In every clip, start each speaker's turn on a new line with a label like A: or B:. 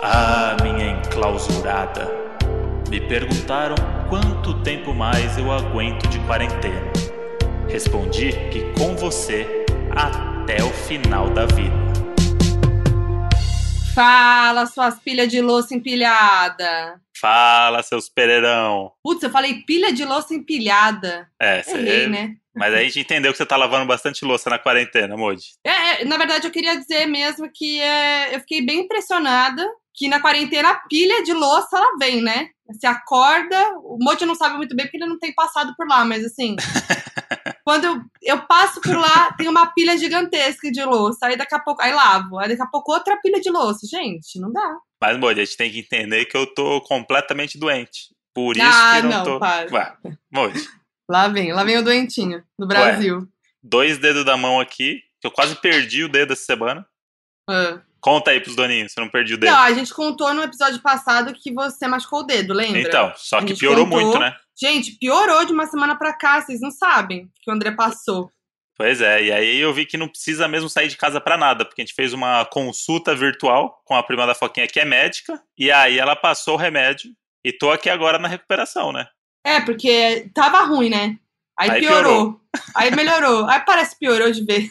A: Ah, minha enclausurada! Me perguntaram quanto tempo mais eu aguento de quarentena. Respondi que com você até o final da vida.
B: Fala, suas pilhas de louça empilhada.
A: Fala, seus pereirão!
B: Putz, eu falei pilha de louça empilhada.
A: É,
B: Errei,
A: cê...
B: né?
A: mas aí a gente entendeu que você tá lavando bastante louça na quarentena, Moody.
B: É, é, na verdade, eu queria dizer mesmo que é, eu fiquei bem impressionada que na quarentena a pilha de louça ela vem, né? Você acorda, o Mote não sabe muito bem porque ele não tem passado por lá, mas assim. quando eu, eu passo por lá, tem uma pilha gigantesca de louça. Aí daqui a pouco. Aí lavo. Aí daqui a pouco outra pilha de louça. Gente, não dá.
A: Mas, Moody, a gente tem que entender que eu tô completamente doente. Por isso
B: Ah,
A: que não,
B: não,
A: tô.
B: para.
A: Ué, Moody.
B: Lá vem, lá vem o doentinho do Brasil.
A: dois dedos da mão aqui, que eu quase perdi o dedo essa semana. É.
B: Ah.
A: Conta aí pros doninhos, se eu não perdi o dedo.
B: Não, a gente contou no episódio passado que você machucou o dedo, lembra?
A: então, só
B: A
A: que
B: gente
A: piorou
B: contou.
A: muito, né?
B: Gente, piorou de uma semana pra cá, vocês não sabem o que o André passou.
A: Pois é, e aí eu vi que não precisa mesmo sair de casa pra nada, porque a gente fez uma consulta virtual com a prima da Foquinha, que é médica, e aí ela passou o remédio, e tô aqui agora na recuperação, né?
B: É, porque tava ruim, né? Aí,
A: Aí
B: piorou. Aí melhorou. Aí parece que piorou de vez.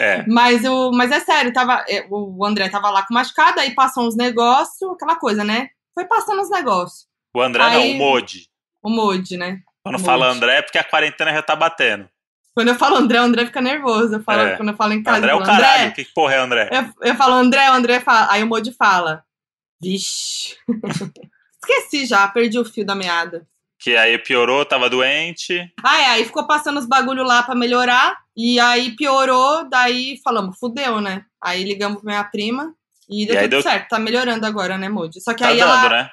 A: É,
B: Mas, o, mas é sério, tava, é, o André tava lá com machucado, aí passou uns negócios, aquela coisa, né? Foi passando uns negócios.
A: o André não,
B: Aí-
A: o Modi.
B: O Mode, né?
A: Quando
B: Modi.
A: fala André, é porque a quarentena já tá batendo.
B: Quando eu falo André, o André fica nervoso. Eu falo,
A: É.
B: Quando eu falo em casa,
A: André é
B: eu
A: o
B: falo, Tá André,
A: caralho, o que que porra é André?
B: Eu, eu falo, André, o André fala. Aí o Modi fala. Vixe. Esqueci já, perdi o fio da meada.
A: Que aí piorou, tava doente,
B: Ah, é, aí ficou passando os bagulho lá pra melhorar. E aí piorou, daí falamos, fudeu, né? Aí ligamos pra minha prima e deu
A: E aí
B: tudo
A: deu-
B: certo. Tá melhorando agora, né, Modi? Só que
A: tá
B: aí
A: dando,
B: ela.
A: né?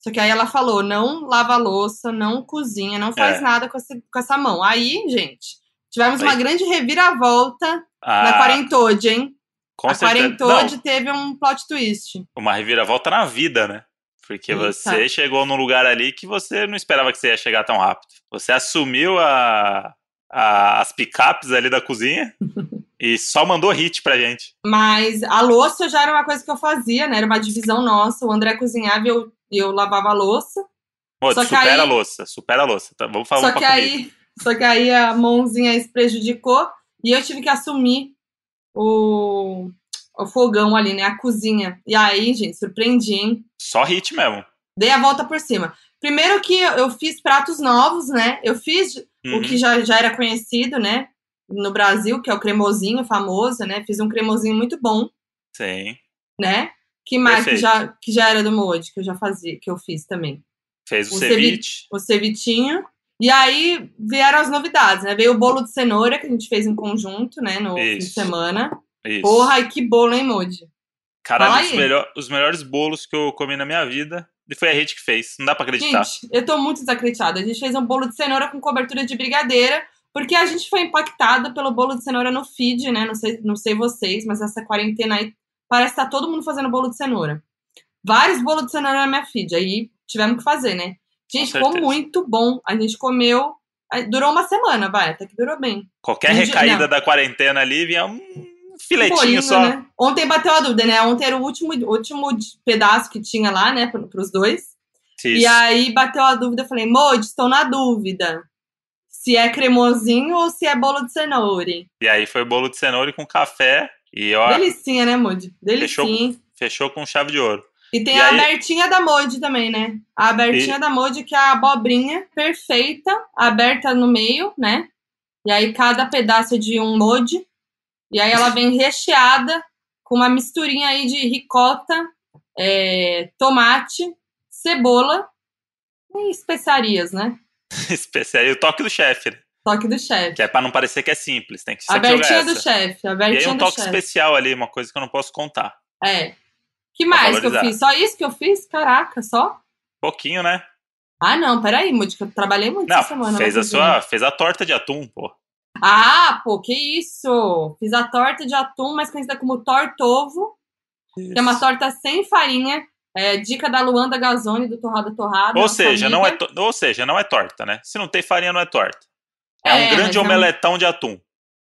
B: Só que aí ela falou: não lava a louça, não cozinha, não faz
A: É.
B: nada com, esse- com essa mão. Aí, gente, tivemos
A: Aí.
B: uma grande reviravolta
A: Ah,
B: na quarentode, hein?
A: com
B: a
A: certeza.
B: quarentode teve um plot twist.
A: uma reviravolta na vida, né? Porque
B: Eita.
A: você chegou num lugar ali que você não esperava que você ia chegar tão rápido. Você assumiu a- a- as picapes ali da cozinha e só mandou hit pra gente.
B: Mas a louça já era uma coisa que eu fazia, né? Era uma divisão nossa. O André cozinhava e eu, e eu lavava a louça.
A: Pô,
B: Só que
A: supera
B: aí-
A: a louça, supera a louça. Tá, vamos falar
B: só
A: pra
B: que
A: comida.
B: aí, só que aí a mãozinha se prejudicou e eu tive que assumir o, o fogão ali, né? A cozinha. E aí, gente, surpreendi, hein?
A: Só hit mesmo.
B: Dei a volta por cima. Primeiro que eu fiz pratos novos, né? Eu fiz o
A: Uhum.
B: que já, já era conhecido, né? No Brasil, que é o cremosinho famoso, né? Fiz um cremosinho muito bom.
A: Sim.
B: né? Que mais que
A: Perfeito.
B: já, que já era do Mood, que eu já fazia, que eu fiz também.
A: Fez o,
B: O
A: ceviche.
B: O cevitinho. E aí vieram as novidades, né? Veio o bolo de cenoura que a gente fez em conjunto, né? No fim de
A: Isso.
B: semana.
A: Isso.
B: Porra, e que bolo, hein, Mood? fala
A: Caralho, os,
B: aí.
A: melhor- os melhores bolos que eu comi na minha vida. E foi a hit que fez. Não dá pra acreditar.
B: Gente, eu tô muito desacreditada. A gente fez um bolo de cenoura com cobertura de brigadeira, porque a gente foi impactada pelo bolo de cenoura no feed, né? Não sei, não sei vocês, mas essa quarentena aí parece que tá todo mundo fazendo bolo de cenoura. Vários bolos de cenoura na minha feed, aí tivemos que fazer, né? Gente,
A: Com
B: ficou
A: certeza.
B: muito bom. A gente comeu. aí Durou uma semana, vai, até que durou bem.
A: Qualquer
B: Gente,
A: recaída
B: não.
A: da quarentena ali vinha um filetinho
B: Bolinho,
A: só.
B: né? Ontem bateu a dúvida, né? Ontem era o último, último pedaço que tinha lá, né? pro- Pros dois.
A: Isso.
B: E aí bateu a dúvida, eu falei, Modi, estou na dúvida. Se é cremosinho ou se é bolo de cenoura.
A: E aí foi bolo de cenoura com café e ó,
B: Delicinha, né, Modi?
A: Ah. Fechou.
B: Delicinha.
A: fechou com chave de ouro.
B: E tem
A: E
B: a
A: aí-
B: abertinha da Modi também, né? A abertinha da Modi, que é a abobrinha perfeita, aberta no meio, né? E aí cada pedaço é de um Modi. E aí ela vem recheada com uma misturinha aí de ricota, é, tomate, cebola e especiarias, né?
A: Especial. E o toque do chefe, né?
B: Toque do chefe.
A: que é pra não parecer que é simples, tem que
B: A
A: sempre jogar
B: Bertinha é
A: essa.
B: do chefe,
A: E
B: a
A: aí
B: Bertinha é
A: um
B: do
A: toque
B: chefe.
A: especial ali, uma coisa que eu não posso contar.
B: É. Que
A: Pra
B: mais que eu
A: valorizar.
B: fiz? Só isso que eu fiz? Caraca, só?
A: Pouquinho, né?
B: Ah, não, peraí, Moody, que eu trabalhei muito
A: Não,
B: essa semana.
A: fez
B: na
A: a
B: cozinha.
A: sua, fez a torta de atum, pô.
B: Ah, pô, que isso! Fiz a torta de atum, mais conhecida como tortovo, que é uma torta sem farinha. É, dica da Luanda Gazzoni, do Torrada Torrada.
A: Ou
B: nossa
A: seja, não é,
B: amiga.
A: to- ou seja, não é torta, né? Se não tem farinha, não é torta. É,
B: É,
A: um grande
B: mas é um-
A: omeletão de atum.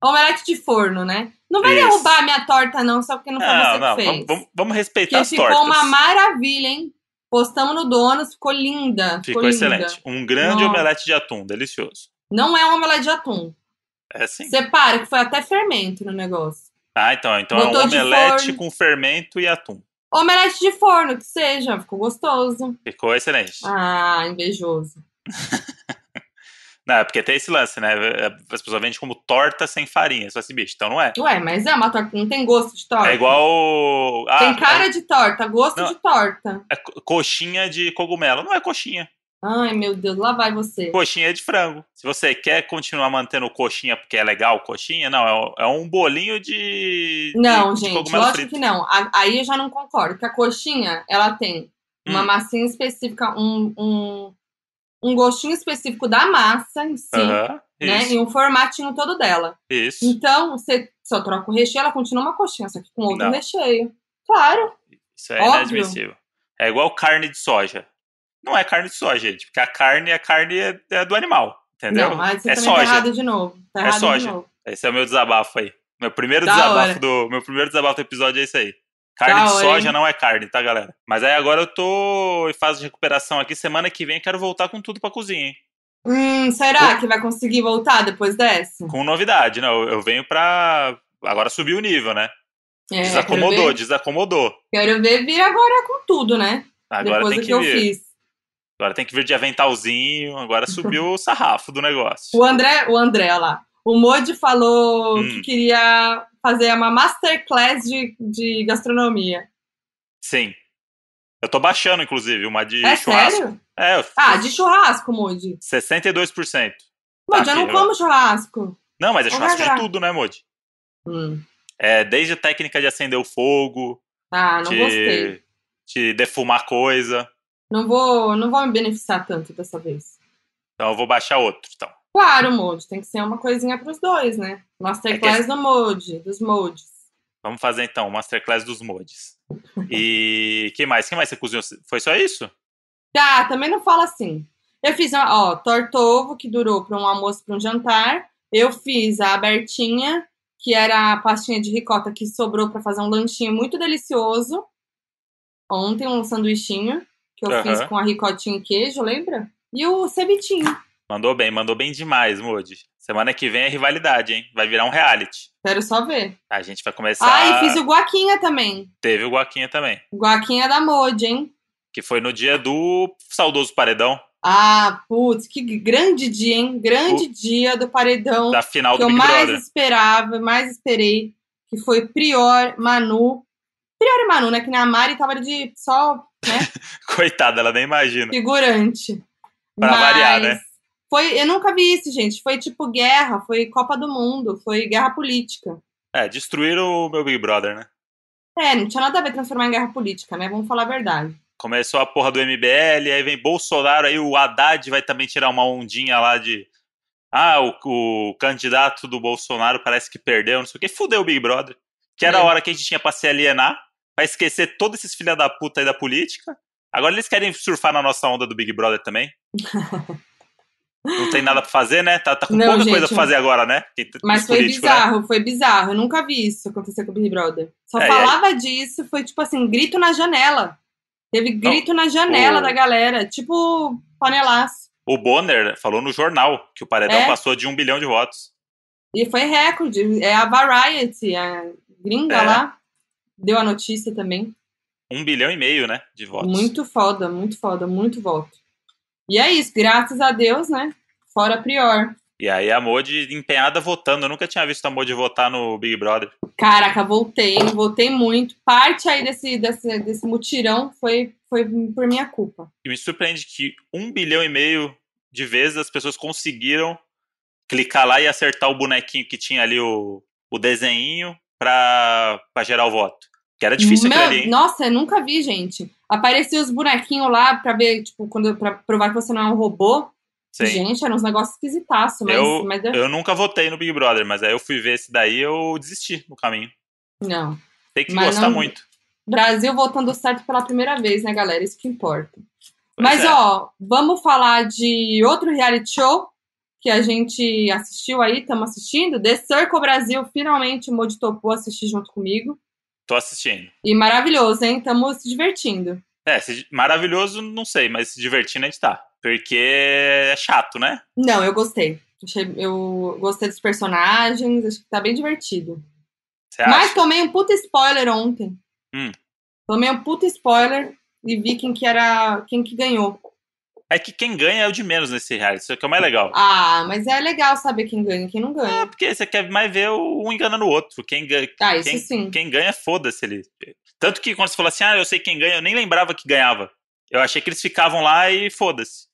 B: Omelete de forno, né? Não vai
A: Isso.
B: derrubar a minha torta, não, só porque não foi você
A: Não,
B: que
A: não,
B: fez.
A: vamos, vamos- vamos
B: Porque
A: respeitar as
B: ficou
A: tortas.
B: uma maravilha, hein? Postamos no Donos, ficou linda.
A: Ficou
B: linda.
A: excelente. Um grande
B: Nossa.
A: omelete de atum, delicioso.
B: Não é um omelete de atum.
A: É sim.
B: Separa, que foi até fermento no negócio.
A: Ah, então, então é um
B: Botou de
A: omelete
B: forno.
A: com fermento e atum.
B: Omelete de forno, que seja, ficou gostoso.
A: Ficou excelente.
B: Ah, invejoso.
A: Não, é porque tem esse lance, né? As pessoas vendem como torta sem farinha, só esse bicho. Então não é.
B: Ué, mas é uma torta, não tem gosto de torta.
A: É igual. Ah,
B: Ah. Tem cara de torta, gosto
A: Não.
B: de torta.
A: é co- coxinha de cogumelo. Não é coxinha.
B: Ai, meu Deus, lá vai você.
A: Coxinha é de frango. Se você quer continuar mantendo coxinha porque é legal coxinha, não. é um- É um bolinho de. de-
B: Não,
A: de
B: gente,
A: cogumelo
B: lógico
A: frito.
B: que não. A- Aí eu já não concordo, que a coxinha, ela tem uma
A: Hum.
B: massinha específica, um, um, um gostinho específico da massa em si,
A: Aham,
B: né?
A: Isso,
B: E um formatinho todo dela.
A: isso.
B: Então, você só troca o recheio, ela continua uma coxinha, só que com outro
A: Não.
B: recheio. Claro.
A: Isso é
B: Óbvio.
A: inadmissível. É igual carne de soja. Não é carne de soja, gente, porque a carne, a carne é, é do animal, entendeu?
B: Não, mas você
A: é
B: também
A: soja.
B: tá errado de novo. Tá
A: É
B: errado
A: soja.
B: de novo.
A: Esse é o meu desabafo aí. Meu primeiro
B: Da
A: desabafo
B: hora.
A: do meu primeiro desabafo do episódio é isso aí. Carne
B: Da
A: de
B: hora,
A: soja
B: hein?
A: não é carne, tá, galera? Mas aí agora eu tô em fase de recuperação aqui. Semana que vem quero voltar com tudo pra cozinha, hein?
B: Hum, será que vai conseguir voltar depois dessa?
A: Com novidade, né? Eu, eu venho pra. Agora subir o nível, né?
B: É,
A: Desacomodou,
B: Quero ver,
A: desacomodou.
B: quero ver vir agora com tudo, né?
A: Agora
B: depois
A: tem
B: do
A: que,
B: que eu
A: vir.
B: fiz.
A: Agora tem que vir de aventalzinho. Agora subiu o sarrafo do negócio.
B: O André, o André olha lá. O Modi falou
A: Hum.
B: que queria fazer uma masterclass de, de gastronomia.
A: Sim. Eu tô baixando, inclusive, uma de
B: é
A: churrasco.
B: sério?
A: É, eu-
B: Ah, de churrasco, Modi.
A: 62%.
B: Modi,
A: Tá,
B: eu não
A: filho.
B: como churrasco.
A: Não, mas é
B: É
A: churrasco de
B: verdade.
A: tudo, né, Modi?
B: Hum.
A: É, desde a técnica de acender o fogo,
B: Ah, não gostei.
A: de, de defumar coisa.
B: Não vou, não vou me beneficiar tanto dessa vez.
A: Então eu vou baixar outro, então.
B: Claro, Modi, tem que ser uma coisinha pros dois, né? Masterclass
A: É
B: do Modi, dos Modis.
A: Vamos fazer então o Masterclass dos Mods. E que mais? que mais você cozinhou? Foi só isso?
B: Tá, também não fala assim. Eu fiz, ó, torta ovo, que durou para um almoço, para um jantar. Eu fiz a abertinha, que era a pastinha de ricota que sobrou para fazer um lanchinho muito delicioso. Ontem, um sanduichinho, que eu fiz
A: Aham.
B: com a ricotinha e queijo, lembra? E o cebitinho.
A: Mandou bem, mandou bem demais, Modi. Semana que vem é rivalidade, hein? Vai virar um reality.
B: Quero só ver.
A: A gente vai começar.
B: Ah, e fiz o guaquinha também.
A: Teve o Guaquinha também.
B: Guaquinha da Modi, hein?
A: Que foi no dia do saudoso paredão,
B: Ah, putz, que grande dia, hein? Grande dia do paredão.
A: da final
B: que
A: do
B: eu
A: Big
B: mais
A: Brother.
B: esperava, mais esperei, que foi Prior, Manu. Prior e Manu, né? Que nem a Mari tava de só
A: Coitada, ela nem imagina.
B: figurante.
A: Pra
B: Mas
A: variar, né?
B: Foi, eu nunca vi isso, gente. Foi tipo guerra, foi Copa do Mundo, foi guerra política.
A: É, destruíram o meu Big Brother, né?
B: É, não tinha nada a ver transformar em guerra política, né? Vamos falar a verdade.
A: Começou a porra do MBL, aí vem Bolsonaro, aí o Haddad vai também tirar uma ondinha lá de. Ah, o, o candidato do Bolsonaro parece que perdeu, não sei o quê. Fudeu o Big Brother. Que era
B: É.
A: a hora que a gente tinha pra se alienar, pra esquecer todos esses filha da puta aí da política. Agora eles querem surfar na nossa onda do Big Brother também. não tem nada pra fazer, né? Tá, tá com
B: Não,
A: pouca
B: gente,
A: coisa pra fazer agora, né? Quem t-
B: Mas
A: os
B: foi
A: políticos, né?
B: bizarro, foi bizarro. Eu nunca vi isso acontecer com o Big Brother. Só
A: É, e aí?
B: falava disso, foi tipo assim, grito na janela. Teve grito na janela
A: o-
B: da galera, tipo panelaço.
A: O Bonner falou no jornal que o Paredão
B: É.
A: passou de um bilhão de votos.
B: E foi recorde. É a Variety, a gringa
A: É.
B: lá, deu a notícia também.
A: Um bilhão e meio, né? De votos.
B: Muito foda, muito foda, muito voto. E é isso, graças a Deus, né? Fora a prior.
A: E aí a Modi empenhada votando. Eu nunca tinha visto a Modi votar no Big Brother.
B: Caraca, voltei, hein? voltei muito. Parte aí desse, desse, desse mutirão foi, foi por minha culpa.
A: E me surpreende que um bilhão e meio de vezes as pessoas conseguiram clicar lá e acertar o bonequinho que tinha ali o, o desenho pra, pra gerar o voto. Que era É difícil
B: Meu-
A: aquilo ali, hein?
B: Nossa, eu nunca vi, gente. Apareciam os bonequinhos lá pra ver, tipo, quando, pra provar que você não é um robô.
A: Sim.
B: Gente, eram uns negócios esquisitaços, mas,
A: Eu-
B: mas é
A: Eu nunca votei no Big Brother, mas aí eu fui ver esse daí e eu desisti no caminho.
B: não.
A: Tem que
B: Mas
A: gostar
B: não-
A: muito.
B: assim, Brasil voltando certo pela primeira vez, né, galera? Isso que importa.
A: Pois
B: Mas,
A: é.
B: ó, vamos falar de outro reality show que a gente assistiu aí, estamos assistindo. The Circle Brasil, finalmente o Modi topou assistir junto comigo.
A: Tô assistindo.
B: E maravilhoso, hein? Estamos se divertindo.
A: É, se- maravilhoso, não sei, mas se divertindo a gente tá. Porque é chato, né?
B: Não, eu gostei. Achei- eu gostei dos personagens, acho que tá bem divertido.
A: Você acha?
B: Mas tomei um puta spoiler ontem.
A: Hum.
B: Tomei um puta spoiler e vi quem que era. quem que ganhou.
A: É que quem ganha é o de menos nesse reality, isso que é o mais legal.
B: Ah, mas é legal saber quem ganha e quem não
A: É,
B: ganha.
A: porque você quer mais ver o- um enganando o outro. Quem ganha,
B: Ah, isso
A: quem,
B: sim.
A: quem ganha, foda-se ele. Tanto que quando você falou assim, ah, eu sei quem ganha, eu nem lembrava que ganhava. Eu achei que eles ficavam lá e foda-se.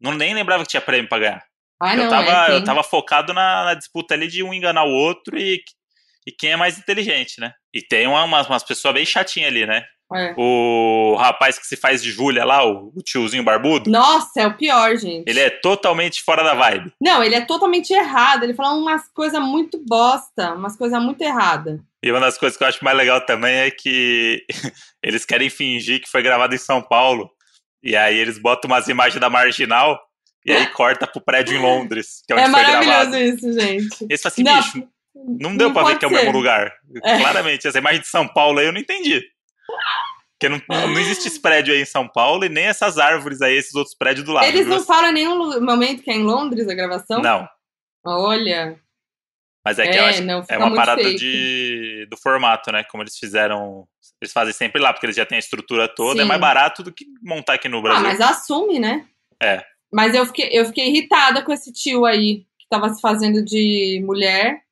A: Não nem lembrava que tinha prêmio pra ganhar.
B: Ah,
A: eu,
B: não,
A: tava,
B: é
A: eu
B: quem-
A: tava focado na, na disputa ali de um enganar o outro e, e quem é mais inteligente, né? E tem uma- umas, umas pessoas bem chatinhas ali, né?
B: é.
A: O rapaz que se faz de Júlia lá, o, o tiozinho barbudo,
B: Nossa, é o pior, gente.
A: ele é totalmente fora da vibe.
B: Não, ele é totalmente errado. Ele fala umas coisas muito bosta, umas coisas muito erradas.
A: E uma das coisas que eu acho mais legal também é que eles querem fingir que foi gravado em São Paulo. E aí eles botam umas imagens da marginal e aí corta pro prédio em Londres, que é
B: É,
A: onde foi
B: maravilhoso
A: gravado.
B: isso, gente.
A: E Eles falam assim,
B: Não,
A: bicho, não deu pra ver
B: pode
A: que é o
B: ser.
A: mesmo lugar.
B: É.
A: Claramente, essa imagem de São Paulo aí eu não entendi. Porque não, não existe esse prédio aí em São Paulo e nem essas árvores aí, esses outros prédios do lado.
B: Eles
A: viu?
B: não falam em nenhum lu- momento que é em Londres a gravação?
A: Não,
B: Olha.
A: mas é que eu
B: É,
A: acho
B: não, fica
A: É uma
B: muito Ah,
A: parada
B: fake.
A: de, do formato, né? Como eles fizeram. Eles fazem sempre lá, porque eles já têm a estrutura toda. É
B: Sim.
A: mais barato do que montar aqui no
B: Ah,
A: Brasil.
B: mas assume, né?
A: É.
B: Mas eu fiquei, eu fiquei irritada com esse tio aí, que tava se fazendo de mulher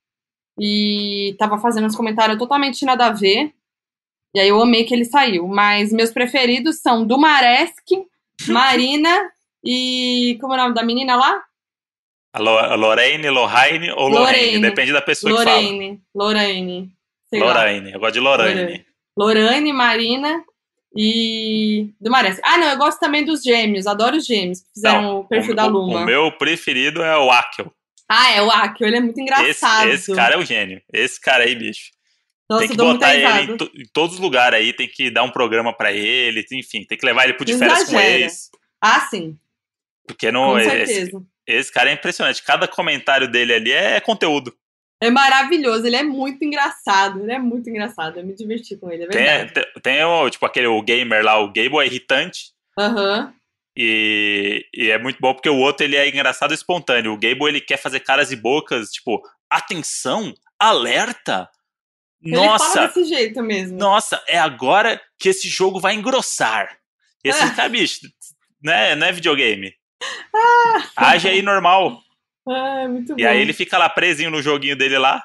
B: e tava fazendo uns comentários totalmente nada a ver. E aí eu amei que ele saiu. Mas meus preferidos são Dumaresque, Marina e. Como é o nome da menina lá?
A: A, Lo, a Lorraine, Lorraine ou Lorraine?
B: Lorraine.
A: Depende da pessoa
B: Lorraine. Lorraine.
A: que
B: Sei
A: fala.
B: lá.
A: Lorraine. Eu gosto de Lorraine.
B: Lorraine. Lorane, Marina e Dumaresque. Ah, não, eu gosto também dos gêmeos. Adoro os gêmeos que fizeram o perfil
A: o,
B: da
A: o-
B: Luma.
A: O meu preferido é o Akel.
B: Ah, é, o Akio, ele é muito
A: Esse,
B: engraçado.
A: esse cara é o gênio. Esse cara aí, bicho.
B: Nossa,
A: tem que
B: eu dou muita
A: botar ele
B: risada.
A: em, to- em todos os lugares aí. Tem que dar um programa pra ele. Enfim, tem que levar ele pro de férias com
B: Exagera.
A: ex.
B: Ah, sim,
A: Porque
B: com
A: não, esse,
B: certeza.
A: esse cara é impressionante. Cada comentário dele ali é conteúdo.
B: É maravilhoso, ele é muito engraçado, ele é muito engraçado. Eu me diverti com ele, é
A: Tem,
B: verdade.
A: tem, tem o, tipo, aquele o gamer lá, o Gable é irritante.
B: Aham.
A: E, e é muito bom porque o outro ele é engraçado e espontâneo. O Gable ele quer fazer caras e bocas, tipo, atenção, alerta.
B: Ele fala
A: Nossa,
B: desse jeito mesmo.
A: nossa, é agora que esse jogo vai engrossar. E assim,
B: Ah.
A: cara, bicho, não é, não é videogame. Age aí normal.
B: Ah, é muito
A: E
B: bom.
A: aí ele fica lá presinho no joguinho dele lá.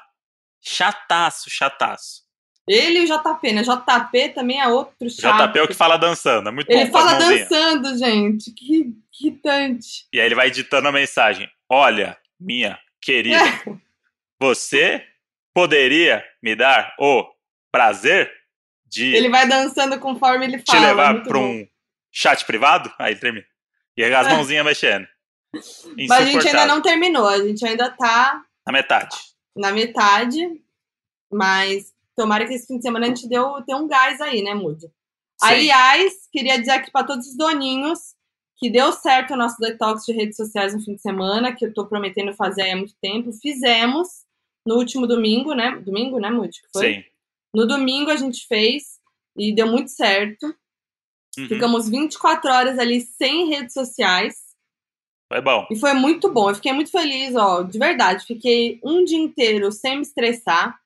A: Chataço, chataço.
B: Ele e o JP, né? JP também é outro chato.
A: JP é o que fala dançando, é muito
B: Ele
A: bom. com as
B: fala
A: mãozinhas.
B: dançando, gente. Que que irritante.
A: E aí ele vai ditando a mensagem: Olha, minha querida, você poderia me dar o prazer de
B: Ele vai dançando conforme ele
A: te
B: fala.
A: levar
B: muito
A: para
B: bom.
A: um chat privado? Aí ele termina. E aí as
B: É.
A: mãozinhas mexendo.
B: Mas a gente ainda
A: Insuportável.
B: não terminou, a gente ainda tá
A: Na metade.
B: na metade, mas tomara que esse fim de semana a gente deu, deu um gás aí, né, Moody?
A: Sim.
B: Aliás, queria dizer aqui para todos os doninhos que deu certo o nosso detox de redes sociais no fim de semana, que eu tô prometendo fazer aí há muito tempo. Fizemos no último domingo, né? Domingo, né, Moody? Que foi?
A: Sim.
B: No domingo a gente fez e deu muito certo.
A: Uhum.
B: Ficamos 24 horas ali sem redes sociais.
A: Foi É bom.
B: E foi muito bom. Eu fiquei muito feliz, ó, de verdade. Fiquei um dia inteiro sem me estressar,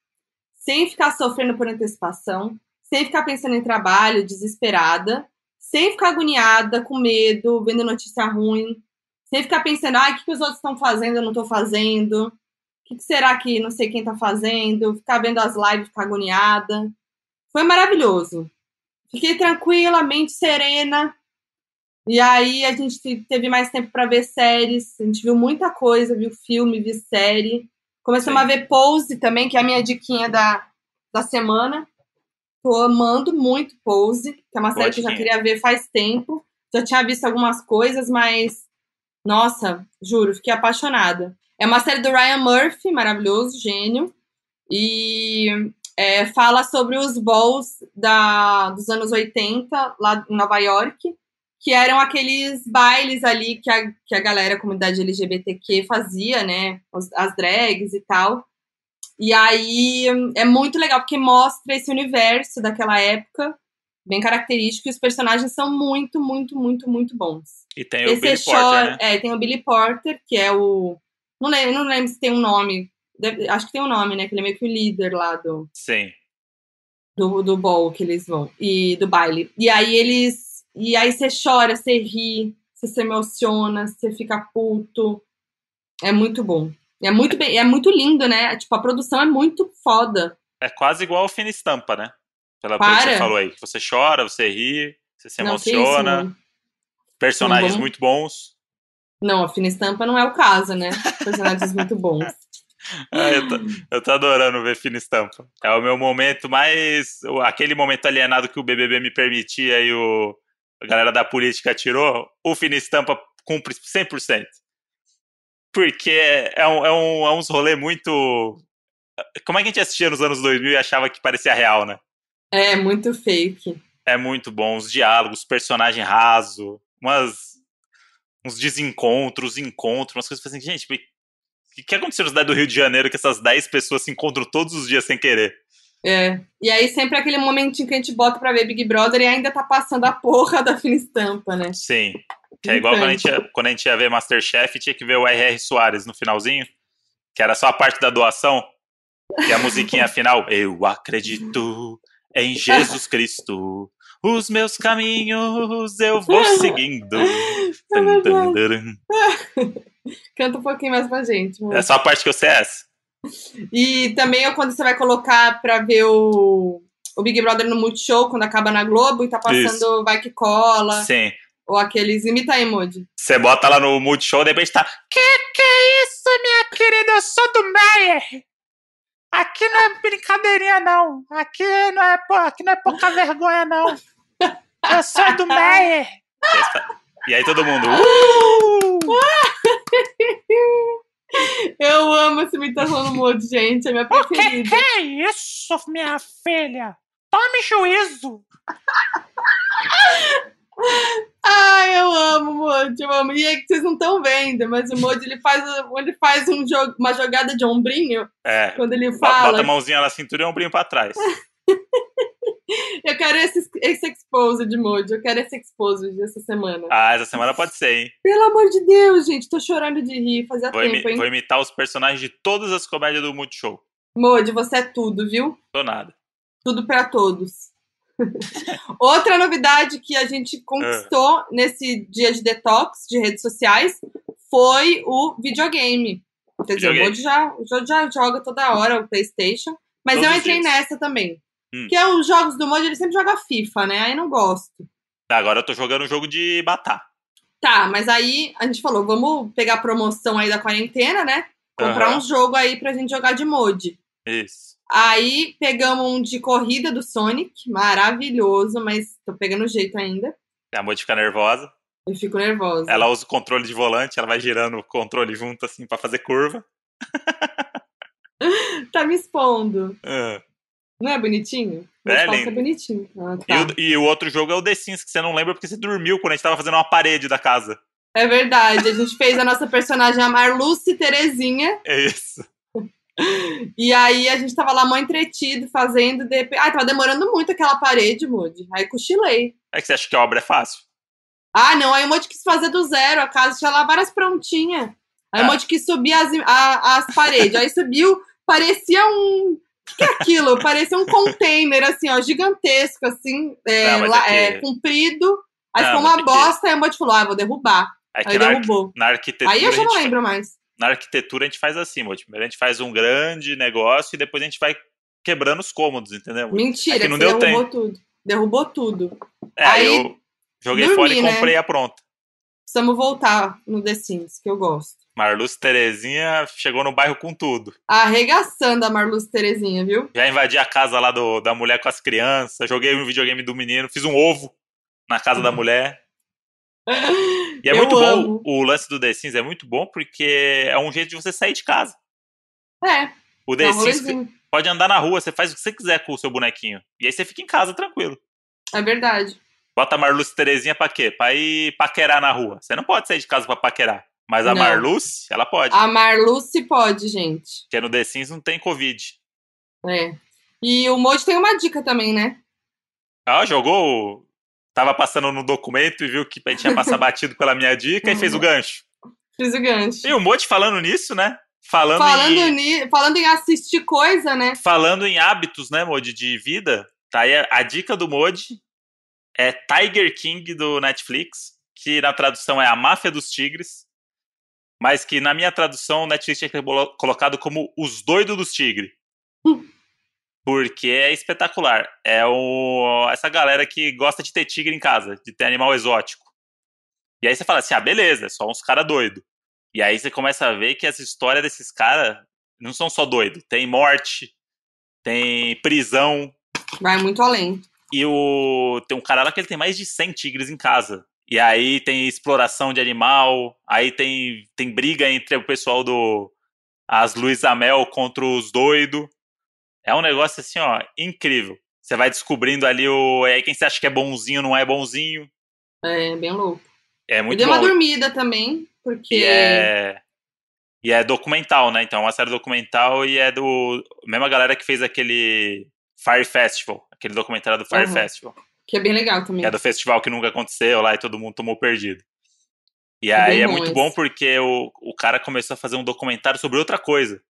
B: sem ficar sofrendo por antecipação, sem ficar pensando em trabalho, desesperada, sem ficar agoniada, com medo, vendo notícia ruim, sem ficar pensando, ai, o que, que os outros estão fazendo, eu não tô fazendo. O que, que será que não sei quem tá fazendo? Ficar vendo as lives, ficar agoniada. Foi maravilhoso. Fiquei tranquila, mente serena. E aí a gente te- teve mais tempo pra ver séries, a gente viu muita coisa, viu filme, viu série. Começamos
A: Sim.
B: a ver Pose também, que é a minha diquinha da, da semana. Tô amando muito Pose, que é uma série que eu já
A: diquinha.
B: queria ver faz tempo. Já tinha visto algumas coisas, mas nossa, juro, fiquei apaixonada. É uma série do Ryan Murphy, maravilhoso, gênio. E é, fala sobre os balls da, dos anos 80, lá em Nova York, que eram aqueles bailes ali que a, que a galera, a comunidade LGBTQ fazia, né? As, as drags e tal. E aí é muito legal, porque mostra esse universo daquela época, bem característico, e os personagens são muito, muito, muito, muito bons.
A: E tem o Billy Porter, né?
B: É, tem o Billy Porter, que é o. Não lembro, não lembro se tem um nome. Deve- acho que tem um nome, né? Que ele é meio que o líder lá do
A: Sim.
B: do, do bowl que eles vão e do baile. E aí eles e aí você chora, você ri, você se emociona, você fica puto. É muito bom. É muito bem, é muito lindo, né? Tipo a produção é muito foda.
A: É quase igual ao Fina Estampa, né? Pela
B: Para.
A: pelo que você falou aí. Você chora, você ri, você se
B: Não, que isso,
A: emociona.
B: mano.
A: personagens
B: Sim, bom.
A: muito bons.
B: Não, a fina estampa não é o caso, né? Personagens muito bons.
A: Ah, eu, tô, eu tô adorando ver Fina Estampa. É o meu momento mais. o- Aquele momento alienado que o BBB me permitia e o, a galera da política tirou. O Fina Estampa cumpre 100%. Porque é, um, é, um, é uns rolê muito. Como é que a gente assistia nos anos 2000 e achava que parecia real, né?
B: É muito fake.
A: É muito bom, os diálogos, personagem raso, umas, uns desencontros, encontros, umas coisas que você fala assim, gente, o que, que aconteceu na cidade do Rio de Janeiro que essas 10 pessoas se encontram todos os dias sem querer?
B: É. E aí sempre aquele momentinho que a gente bota pra ver Big Brother e ainda tá passando a porra da fina estampa, né?
A: Sim. Que é igual quando a, gente ia, quando a gente ia ver Masterchef, tinha que ver o R.R. Soares no finalzinho, que era só a parte da doação, e a musiquinha final, eu acredito em Jesus Cristo, os meus caminhos eu vou seguindo. Tum, tum, tum.
B: Canta um pouquinho mais pra gente, amor.
A: É só a parte que eu sei essa.
B: E também é quando você vai colocar pra ver o, o Big Brother no Multishow, quando acaba na Globo e tá passando Vai Que Cola,
A: Sim.
B: ou aqueles imita emoji.
A: Você bota lá no Multishow, de repente tá. Que que é isso, minha querida? Eu sou do Meyer. Aqui não é brincadeirinha, não. Aqui não é, po- aqui não é pouca vergonha, não. Eu sou do Meyer. E aí todo mundo. "Uh!"
B: Eu amo essa imitação do Moji, gente, é minha preferida.
C: É isso, minha filha? Tome juízo!
B: Ai, eu amo o Moji, eu amo. E é que vocês não estão vendo, mas o Moji, ele faz, ele faz um jo- uma jogada de ombrinho,
A: É.
B: quando ele
A: Bota
B: fala,
A: bota a mãozinha na cintura e o ombrinho pra trás.
B: eu quero esse, esse expose de Moji, eu quero esse expose dessa semana.
A: Ah, essa semana pode ser, hein?
B: Pelo amor de Deus, gente, tô chorando de rir, fazia
A: Vou, imi-
B: tempo, hein?
A: vou imitar os personagens de todas as comédias do Multishow.
B: Moji, você é tudo, viu?
A: Do nada.
B: Tudo para todos. Outra novidade que a gente conquistou nesse dia de detox de redes sociais foi o videogame. Quer dizer, o
A: Videogame.
B: Mojo já, o Mojo já joga toda hora o PlayStation, mas
A: Todos
B: eu
A: os
B: entrei
A: dias.
B: nessa também.
A: Hum.
B: Que é os jogos do Mojo, ele sempre joga FIFA, né? Aí não gosto.
A: Agora eu tô jogando um jogo de batá.
B: Tá, mas aí a gente falou, vamos pegar a promoção aí da quarentena, né? Comprar
A: Aham.
B: um jogo aí pra gente jogar de Mojo.
A: Isso.
B: Aí pegamos um de corrida do Sonic, maravilhoso, mas tô pegando jeito ainda.
A: A Moody fica nervosa.
B: Eu fico nervosa.
A: Ela usa o controle de volante, ela vai girando o controle junto, assim, pra fazer curva.
B: Tá me expondo.
A: Ah.
B: Não é bonitinho? Meu
A: É
B: espaço
A: lindo.
B: é bonitinho. Ah,
A: E,
B: tá.
A: o, e o outro jogo é o The Sims, que você não lembra porque você dormiu quando a gente tava fazendo uma parede da casa.
B: É verdade. A gente fez a nossa personagem a Marluce Terezinha.
A: É isso.
B: E aí a gente tava lá mó entretido, fazendo. De... repente- Ai, tava demorando muito aquela parede, Moody. Aí cochilei.
A: É que você acha que a obra é fácil?
B: Ah, não. Aí o Moody quis fazer do zero. A casa tinha lá várias prontinhas. Aí
A: Ah.
B: o Moody quis subir as, a- as paredes. Aí subiu, parecia um. O que é aquilo? Parecia um container, assim, ó, gigantesco, assim, é,
A: Não, mas
B: lá-
A: é que-
B: é, comprido. Aí
A: Não, mas
B: ficou uma
A: é que-
B: bosta, aí o Moody falou: ah, vou derrubar.
A: É que
B: Aí um
A: na, arqui-
B: derrubou.
A: na arquitetura.
B: Aí eu já
A: a
B: não
A: gente fa-
B: lembro mais.
A: na arquitetura a gente faz assim, Moody. Primeiro a gente faz um grande negócio e depois a gente vai quebrando os cômodos, entendeu?
B: Mentira,
A: É que não
B: você
A: deu
B: derrubou tudo. Derrubou tudo.
A: É, aí
B: aí
A: eu joguei
B: dormi,
A: fora e
B: né?
A: comprei a pronta.
B: Precisamos voltar no The Sims, que eu gosto.
A: Marluce Terezinha chegou no bairro com tudo.
B: Arregaçando a Marluce Terezinha, viu?
A: Já invadi a casa lá do- da mulher com as crianças, joguei um videogame do menino, fiz um ovo na casa da mulher. E é
B: Uhum. Eu
A: muito
B: amo.
A: bom o lance do The Sims, é muito bom porque é um jeito de você sair de casa.
B: É,
A: O The
B: dá um
A: Sims
B: rolezinho.
A: pode andar na rua, você faz o que você quiser com o seu bonequinho. E aí você fica em casa tranquilo.
B: É verdade.
A: Bota a Marluce Terezinha pra quê? Pra ir paquerar na rua. Você não pode sair de casa pra paquerar. Mas a
B: Não.
A: Marluce, ela pode.
B: A Marluce pode, gente.
A: Porque no The Sims não tem Covid.
B: É. E o Moji tem uma dica também, né?
A: Ah, jogou. o- Tava passando no documento e viu que tinha passado batido pela minha dica e
B: Uhum.
A: fez o gancho.
B: Fiz o gancho.
A: E o Mote falando nisso, né? Falando,
B: Falando,
A: em,
B: ni- falando em assistir coisa, né?
A: falando em hábitos, né, Modi, de vida. Tá aí a, a dica do Modi é Tiger King do Netflix, que na tradução é A Máfia dos Tigres, mas que na minha tradução o Netflix tinha que ter bolo- colocado como Os Doidos dos Tigres. Porque é espetacular. É o, essa galera que gosta de ter tigre em casa, de ter animal exótico. E aí você fala assim: ah, beleza, é só uns cara doido. E aí você começa a ver que as histórias desses caras não são só doido. Tem morte, tem prisão.
B: Vai muito além.
A: E o, tem um cara lá que ele tem mais de 100 tigres em casa. E aí tem exploração de animal, aí tem, tem briga entre o pessoal do. As Luiz Amel contra os doido. É um negócio assim, ó, incrível. Você vai descobrindo ali o. Aí quem você acha que é bonzinho não é bonzinho.
B: É bem louco.
A: É
B: Eu
A: muito
B: dei uma
A: bom.
B: dormida também, porque.
A: E é, e é documental, né? Então é uma série documental e é do. Mesma galera que fez aquele Fire Festival, aquele documentário do Fire
B: Uhum.
A: Festival.
B: Que é bem legal também.
A: Que é do festival que nunca aconteceu lá e todo mundo tomou perdido. E
B: É bem
A: aí é
B: bom
A: muito
B: esse.
A: bom porque o, o cara começou a fazer um documentário sobre outra coisa.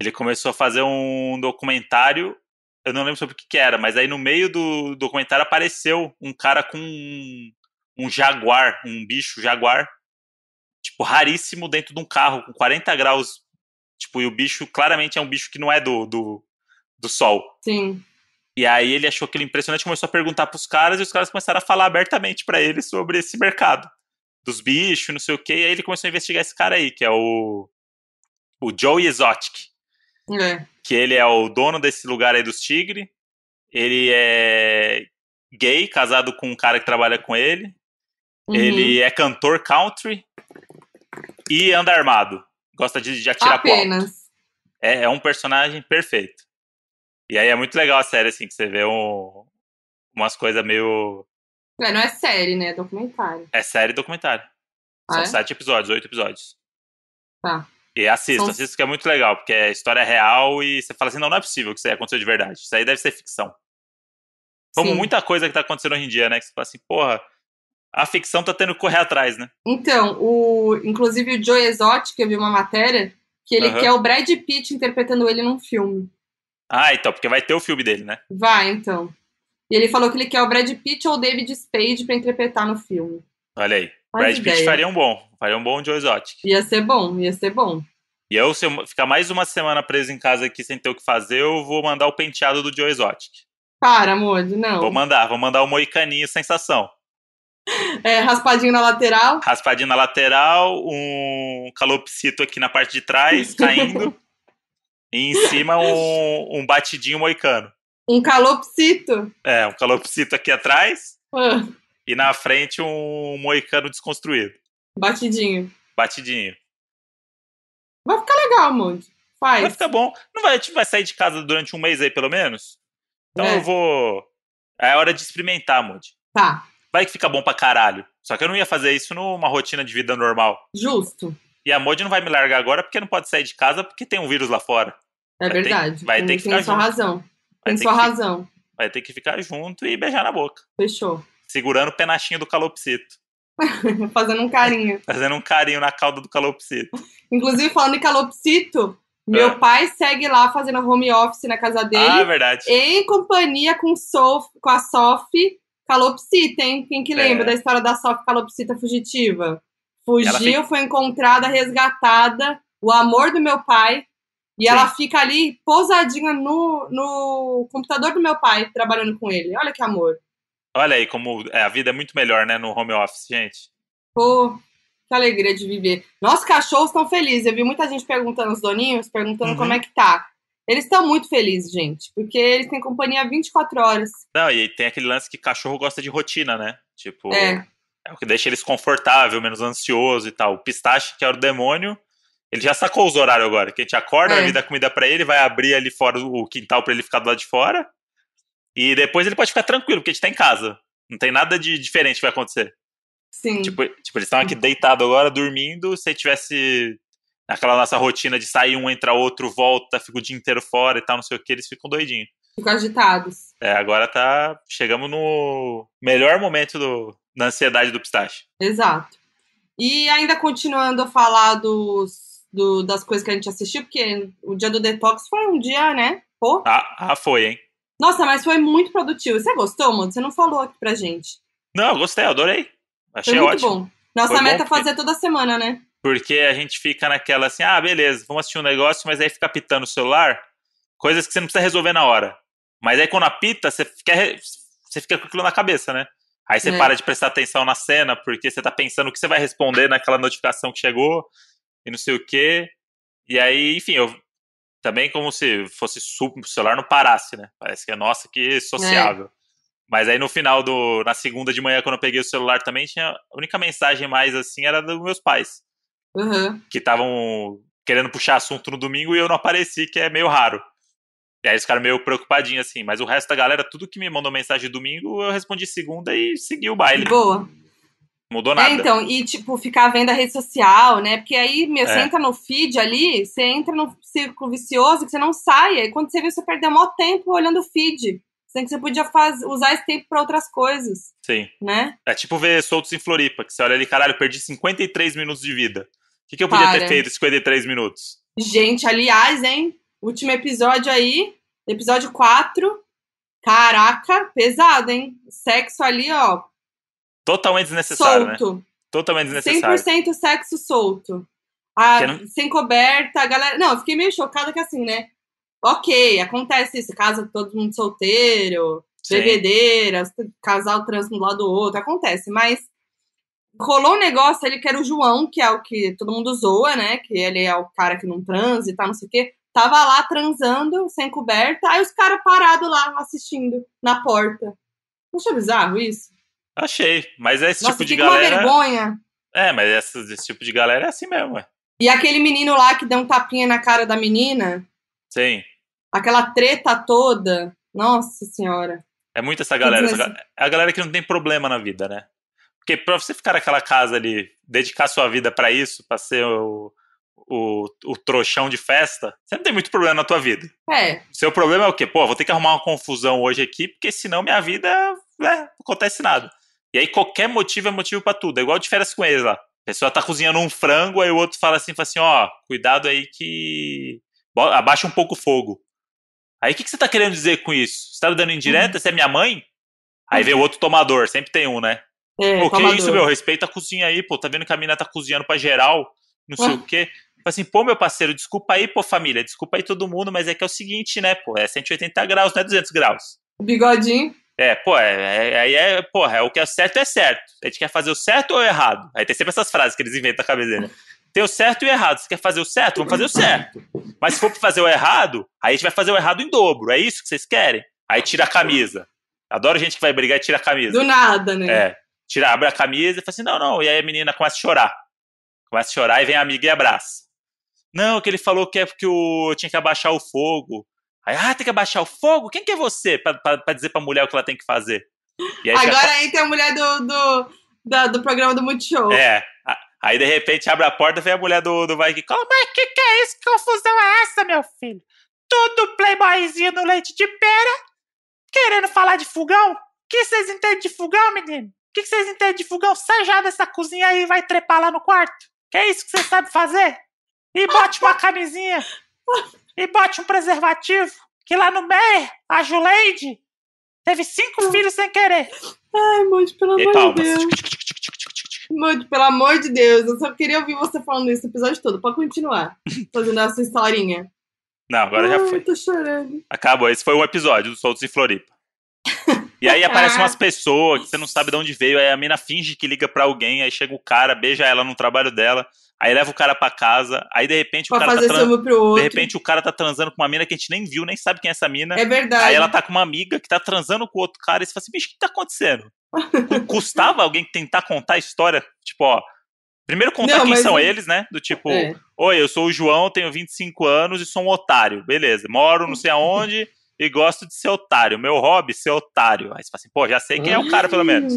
A: Ele começou a fazer um documentário, eu não lembro sobre o que, que era, mas aí no meio do documentário apareceu um cara com um, um jaguar, um bicho jaguar, tipo, raríssimo dentro de um carro com 40 graus. Tipo, e o bicho claramente é um bicho que não é do, do, do sol.
B: Sim.
A: E aí ele achou aquilo impressionante, começou a perguntar pros caras e os caras começaram a falar abertamente pra ele sobre esse mercado dos bichos, não sei o quê. E aí ele começou a investigar esse cara aí, que é o o Joe Exotic,
B: É.
A: que ele é o dono desse lugar aí dos tigre. Ele é gay, casado com um cara que trabalha com ele.
B: Uhum.
A: Ele é cantor country e anda armado. Gosta de, de
B: Ah,
A: atirar pro alto.
B: Apenas.
A: É, é um personagem perfeito. E aí é muito legal a série, assim, que você vê um, umas coisas meio.
B: É, não é série, né? É documentário.
A: É série e documentário.
B: Ah,
A: São
B: é?
A: sete episódios, oito episódios.
B: Tá.
A: E assista,
B: São-
A: assista que é muito legal, porque é história real e você fala assim: não, não é possível que isso aí aconteceu de verdade. Isso aí deve ser ficção. Como
B: Sim.
A: muita coisa que tá acontecendo hoje em dia, né? Que você fala assim, porra, a ficção tá tendo que correr atrás, né?
B: Então, o, inclusive o Joe Exotic, eu vi uma matéria, que ele
A: Aham.
B: quer o Brad Pitt interpretando ele num filme.
A: Ah, então, porque vai ter o filme dele, né?
B: Vai, então. E ele falou que ele quer o Brad Pitt ou o David Spade pra interpretar no filme.
A: Olha aí.
B: Olha
A: Brad
B: que
A: Pitt
B: ideia.
A: faria um bom. Faria um bom Joe Exotic.
B: Ia ser bom, ia ser bom.
A: E eu, se eu ficar mais uma semana preso em casa aqui sem ter o que fazer, eu vou mandar o penteado do Joe Exotic.
B: Para, amor, não.
A: Vou mandar, vou mandar o moicaninho sensação.
B: É, raspadinho na lateral.
A: Raspadinha na lateral, um calopsito aqui na parte de trás, caindo. e em cima um, um batidinho moicano.
B: Um calopsito.
A: É, um calopsito aqui atrás
B: Ah,
A: e na frente um moicano desconstruído.
B: batidinho.
A: Batidinho.
B: Legal, Monde.
A: Vai
B: Faz.
A: ficar bom. Não vai, a gente vai sair de casa durante um mês aí, pelo menos? Então
B: É.
A: eu vou. É hora de experimentar, Moody.
B: Tá,
A: Vai que fica bom pra caralho. Só que eu não ia fazer isso numa rotina de vida normal.
B: justo.
A: E a Modi não vai me largar agora porque não pode sair de casa porque tem um vírus lá fora.
B: É
A: Vai ter-
B: verdade.
A: vai
B: Tem-
A: ter que
B: tem
A: ficar
B: sua
A: junto.
B: razão.
A: Vai
B: Tem
A: ter,
B: sua
A: que, fi-
B: razão.
A: vai ter que ficar junto e beijar na boca.
B: Fechou.
A: Segurando o penachinho do calopsito.
B: Fazendo um carinho.
A: Fazendo um carinho na cauda do calopsito.
B: Inclusive, falando em calopsito, meu
A: Ah.
B: pai segue lá fazendo home office na casa
A: Ah, é
B: dele,
A: verdade.
B: em companhia com, Sof, com a Sophie Calopsita, hein? Quem que lembra
A: É.
B: da história da Sophie Calopsita fugitiva?
A: E ela
B: Fugiu,
A: fica-
B: foi encontrada, resgatada, o amor do meu pai. E
A: Sim.
B: ela fica ali pousadinha no, no computador do meu pai, trabalhando com ele. Olha que amor.
A: Olha aí como é, a vida é muito melhor, né? No home office, gente.
B: Pô, que alegria de viver. Nossos cachorros estão felizes. Eu vi muita gente perguntando, os doninhos, perguntando
A: Uhum.
B: como é que tá. Eles estão muito felizes, gente, porque eles têm companhia 24 horas.
A: Não, e tem aquele lance que cachorro gosta de rotina, né? Tipo,
B: É.
A: é o que deixa eles confortáveis, menos ansioso e tal. O pistache, que era o demônio, ele já sacou os horários agora. Que a gente acorda,
B: É.
A: vai vir dar comida pra ele, vai abrir ali fora o quintal pra ele ficar do lado de fora. E depois ele pode ficar tranquilo, porque a gente tá em casa. Não tem nada de diferente que vai acontecer.
B: Sim.
A: Tipo, tipo eles estão aqui deitados agora, dormindo. Se tivesse naquela nossa rotina de sair um, entra outro, volta, fica o dia inteiro fora e tal, não sei o que, eles ficam doidinhos.
B: Ficam agitados.
A: É, agora tá. Chegamos no melhor momento do, da ansiedade do pistache.
B: Exato. E ainda continuando a falar dos, do- das coisas que a gente assistiu, porque o dia do detox foi um dia, né? Pô.
A: Ah, ah, foi, hein?
B: Nossa, mas foi muito produtivo. Você gostou, mano? Você não falou aqui pra gente.
A: Não, eu gostei, eu adorei.
B: Foi
A: Achei
B: muito
A: ótimo.
B: bom. Nossa
A: Foi bom
B: meta é
A: porque-
B: fazer toda semana, né?
A: Porque a gente fica naquela assim, ah, beleza, vamos assistir um negócio, mas aí fica pitando o celular, coisas que você não precisa resolver na hora. Mas aí quando apita, você fica, re- você fica com aquilo na cabeça, né? Aí você
B: É.
A: para de prestar atenção na cena, porque você tá pensando o que você vai responder naquela notificação que chegou, e não sei o quê. E aí, enfim, eu também como se fosse su- o celular não parasse, né? Parece que é nossa, que sociável. Mas aí no final do. Na segunda de manhã, quando eu peguei o celular também, tinha. A única mensagem mais assim era dos meus pais
B: Uhum.
A: que estavam querendo puxar assunto no domingo e eu não apareci, que é meio raro. E aí eles ficaram meio preocupadinhos, assim. Mas o resto da galera, tudo que me mandou mensagem domingo, eu respondi segunda e segui o baile.
B: Boa.
A: Mudou nada.
B: É, então, e tipo, ficar vendo a rede social, né? Porque aí, meu, você
A: É.
B: entra no feed ali, você entra num círculo vicioso que você não sai. Aí quando você viu, você perdeu maior tempo olhando o feed. Sendo que você podia faz- usar esse tempo pra outras coisas,
A: Sim.
B: né?
A: É tipo ver Soltos em Floripa, que você olha ali, caralho, eu perdi 53 minutos de vida. O que, que eu podia
B: Para.
A: ter feito em 53 minutos?
B: Gente, aliás, hein? Último episódio aí, episódio 4. Caraca, pesado, hein? Sexo ali, ó,
A: Totalmente desnecessário, né?
B: solto.
A: Totalmente desnecessário.
B: 100% sexo solto. Ah,
A: Que não-
B: Sem coberta, a galera. Não, eu fiquei meio chocada que assim, né? Ok, acontece isso, casa todo mundo solteiro,
A: Sim.
B: bebedeira, casal trans um do lado do outro, acontece, mas rolou um negócio ali que era o João, que é o que todo mundo zoa, né? Que ele é o cara que não transa e tal, não sei o quê. Tava lá transando, sem coberta, aí os caras parados lá assistindo na porta. Não achou bizarro isso?
A: Achei. Mas é esse
B: Nossa,
A: tipo de
B: fica uma
A: galera.
B: vergonha.
A: É, mas essa- esse tipo de galera é assim mesmo, é.
B: E aquele menino lá que deu um tapinha na cara da menina,
A: Sim.
B: aquela treta toda. Nossa senhora.
A: É muito essa galera.
B: Quer
A: Essa
B: dizer,
A: ga- é a galera que não tem problema na vida, né? Porque pra você ficar naquela casa ali, dedicar sua vida pra isso, pra ser o, o, o trouxão de festa, você não tem muito problema na tua vida.
B: É,
A: Seu problema é o quê? Pô, vou ter que arrumar uma confusão hoje aqui, porque senão minha vida, né, não acontece nada. E aí qualquer motivo é motivo pra tudo. É igual de férias com eles lá. A pessoa tá cozinhando um frango, aí o outro fala assim, fala assim, ó, cuidado aí que bo- abaixa um pouco o fogo. Aí o que, que você tá querendo dizer com isso? Você tá me dando indireta? Você é minha mãe? Aí vem o outro tomador, sempre tem um, né?
B: é.
A: Pô, que
B: tomador.
A: isso, meu? Respeita a cozinha aí, pô. Tá vendo que a mina tá cozinhando pra geral, não sei
B: Ah.
A: o quê. Fala assim, pô, meu parceiro, desculpa aí, pô, família. Desculpa aí todo mundo, mas é que é o seguinte, né, pô. É 180 graus, não é 200 graus.
B: Bigodinho.
A: É, pô, é, é- aí é, porra, é o que é certo é certo. A gente quer fazer o certo ou o errado? Aí tem sempre essas frases que eles inventam na cabeça dele. né? Tem o certo e o errado. Você quer fazer o certo? Vamos fazer o certo. Mas se for pra fazer o errado, aí a gente vai fazer o errado em dobro. É isso que vocês querem? Aí tira a camisa. Adoro gente que vai brigar e tira a camisa.
B: Do nada, né?
A: É. Tira, abre a camisa e fala assim: não, não. E aí a menina começa a chorar. Começa a chorar e vem a amiga e abraça. Não, que ele falou que é porque o, tinha que abaixar o fogo. Aí, ah, tem que abaixar o fogo? Quem que é você pra, pra, pra dizer pra mulher o que ela tem que fazer? E aí, chega-
B: Agora entra a mulher do, do, da- do programa do Multishow.
A: É. A- Aí, de repente, abre a porta e vem a mulher do, do Vai que cola.
C: Mas que que é isso? Que confusão é essa, meu filho? Tudo playboyzinho no leite de pera, querendo falar de fogão? O que vocês entendem de fogão, menino? O que vocês entendem de fogão? Sai já dessa cozinha aí e vai trepar lá no quarto. Que é isso que você sabe fazer? E bote uma camisinha. E bote um preservativo. Que lá no meio, a Juleide teve cinco filhos sem querer.
B: Ai, Monte, pelo
A: E
B: amor de
A: palmas.
B: Deus. Monte, pelo amor de Deus. Eu só queria ouvir você falando isso o episódio todo. Pode continuar fazendo essa historinha.
A: Não, agora já
B: Ai,
A: foi.
B: Eu tô chorando.
A: Acabou. Esse foi um episódio do Soltos em Floripa. E aí aparecem
B: Ah.
A: umas pessoas que você não sabe de onde veio. Aí a mina finge que liga pra alguém. Aí chega o cara, beija ela no trabalho dela. Aí leva o cara pra casa. Aí de repente o
B: Pra
A: cara tá
B: fazer
A: transando.
B: ciúme pro
A: De
B: outro.
A: repente o cara tá transando com uma mina que a gente nem viu, nem sabe quem é essa mina.
B: É verdade.
A: Aí ela tá com uma amiga que tá transando com outro cara. E você fala assim: bicho, o que tá acontecendo? Cu- Custava alguém tentar contar a história? Tipo, ó. Primeiro contar
B: Não,
A: quem
B: mas
A: são
B: não-
A: eles, né? Do tipo,
B: É.
A: Oi, eu sou o João, tenho 25 anos e sou um otário. Beleza, moro não sei aonde, e gosto de ser otário. Meu hobby, ser otário. Aí você fala assim, pô, já sei quem é o cara, pelo menos.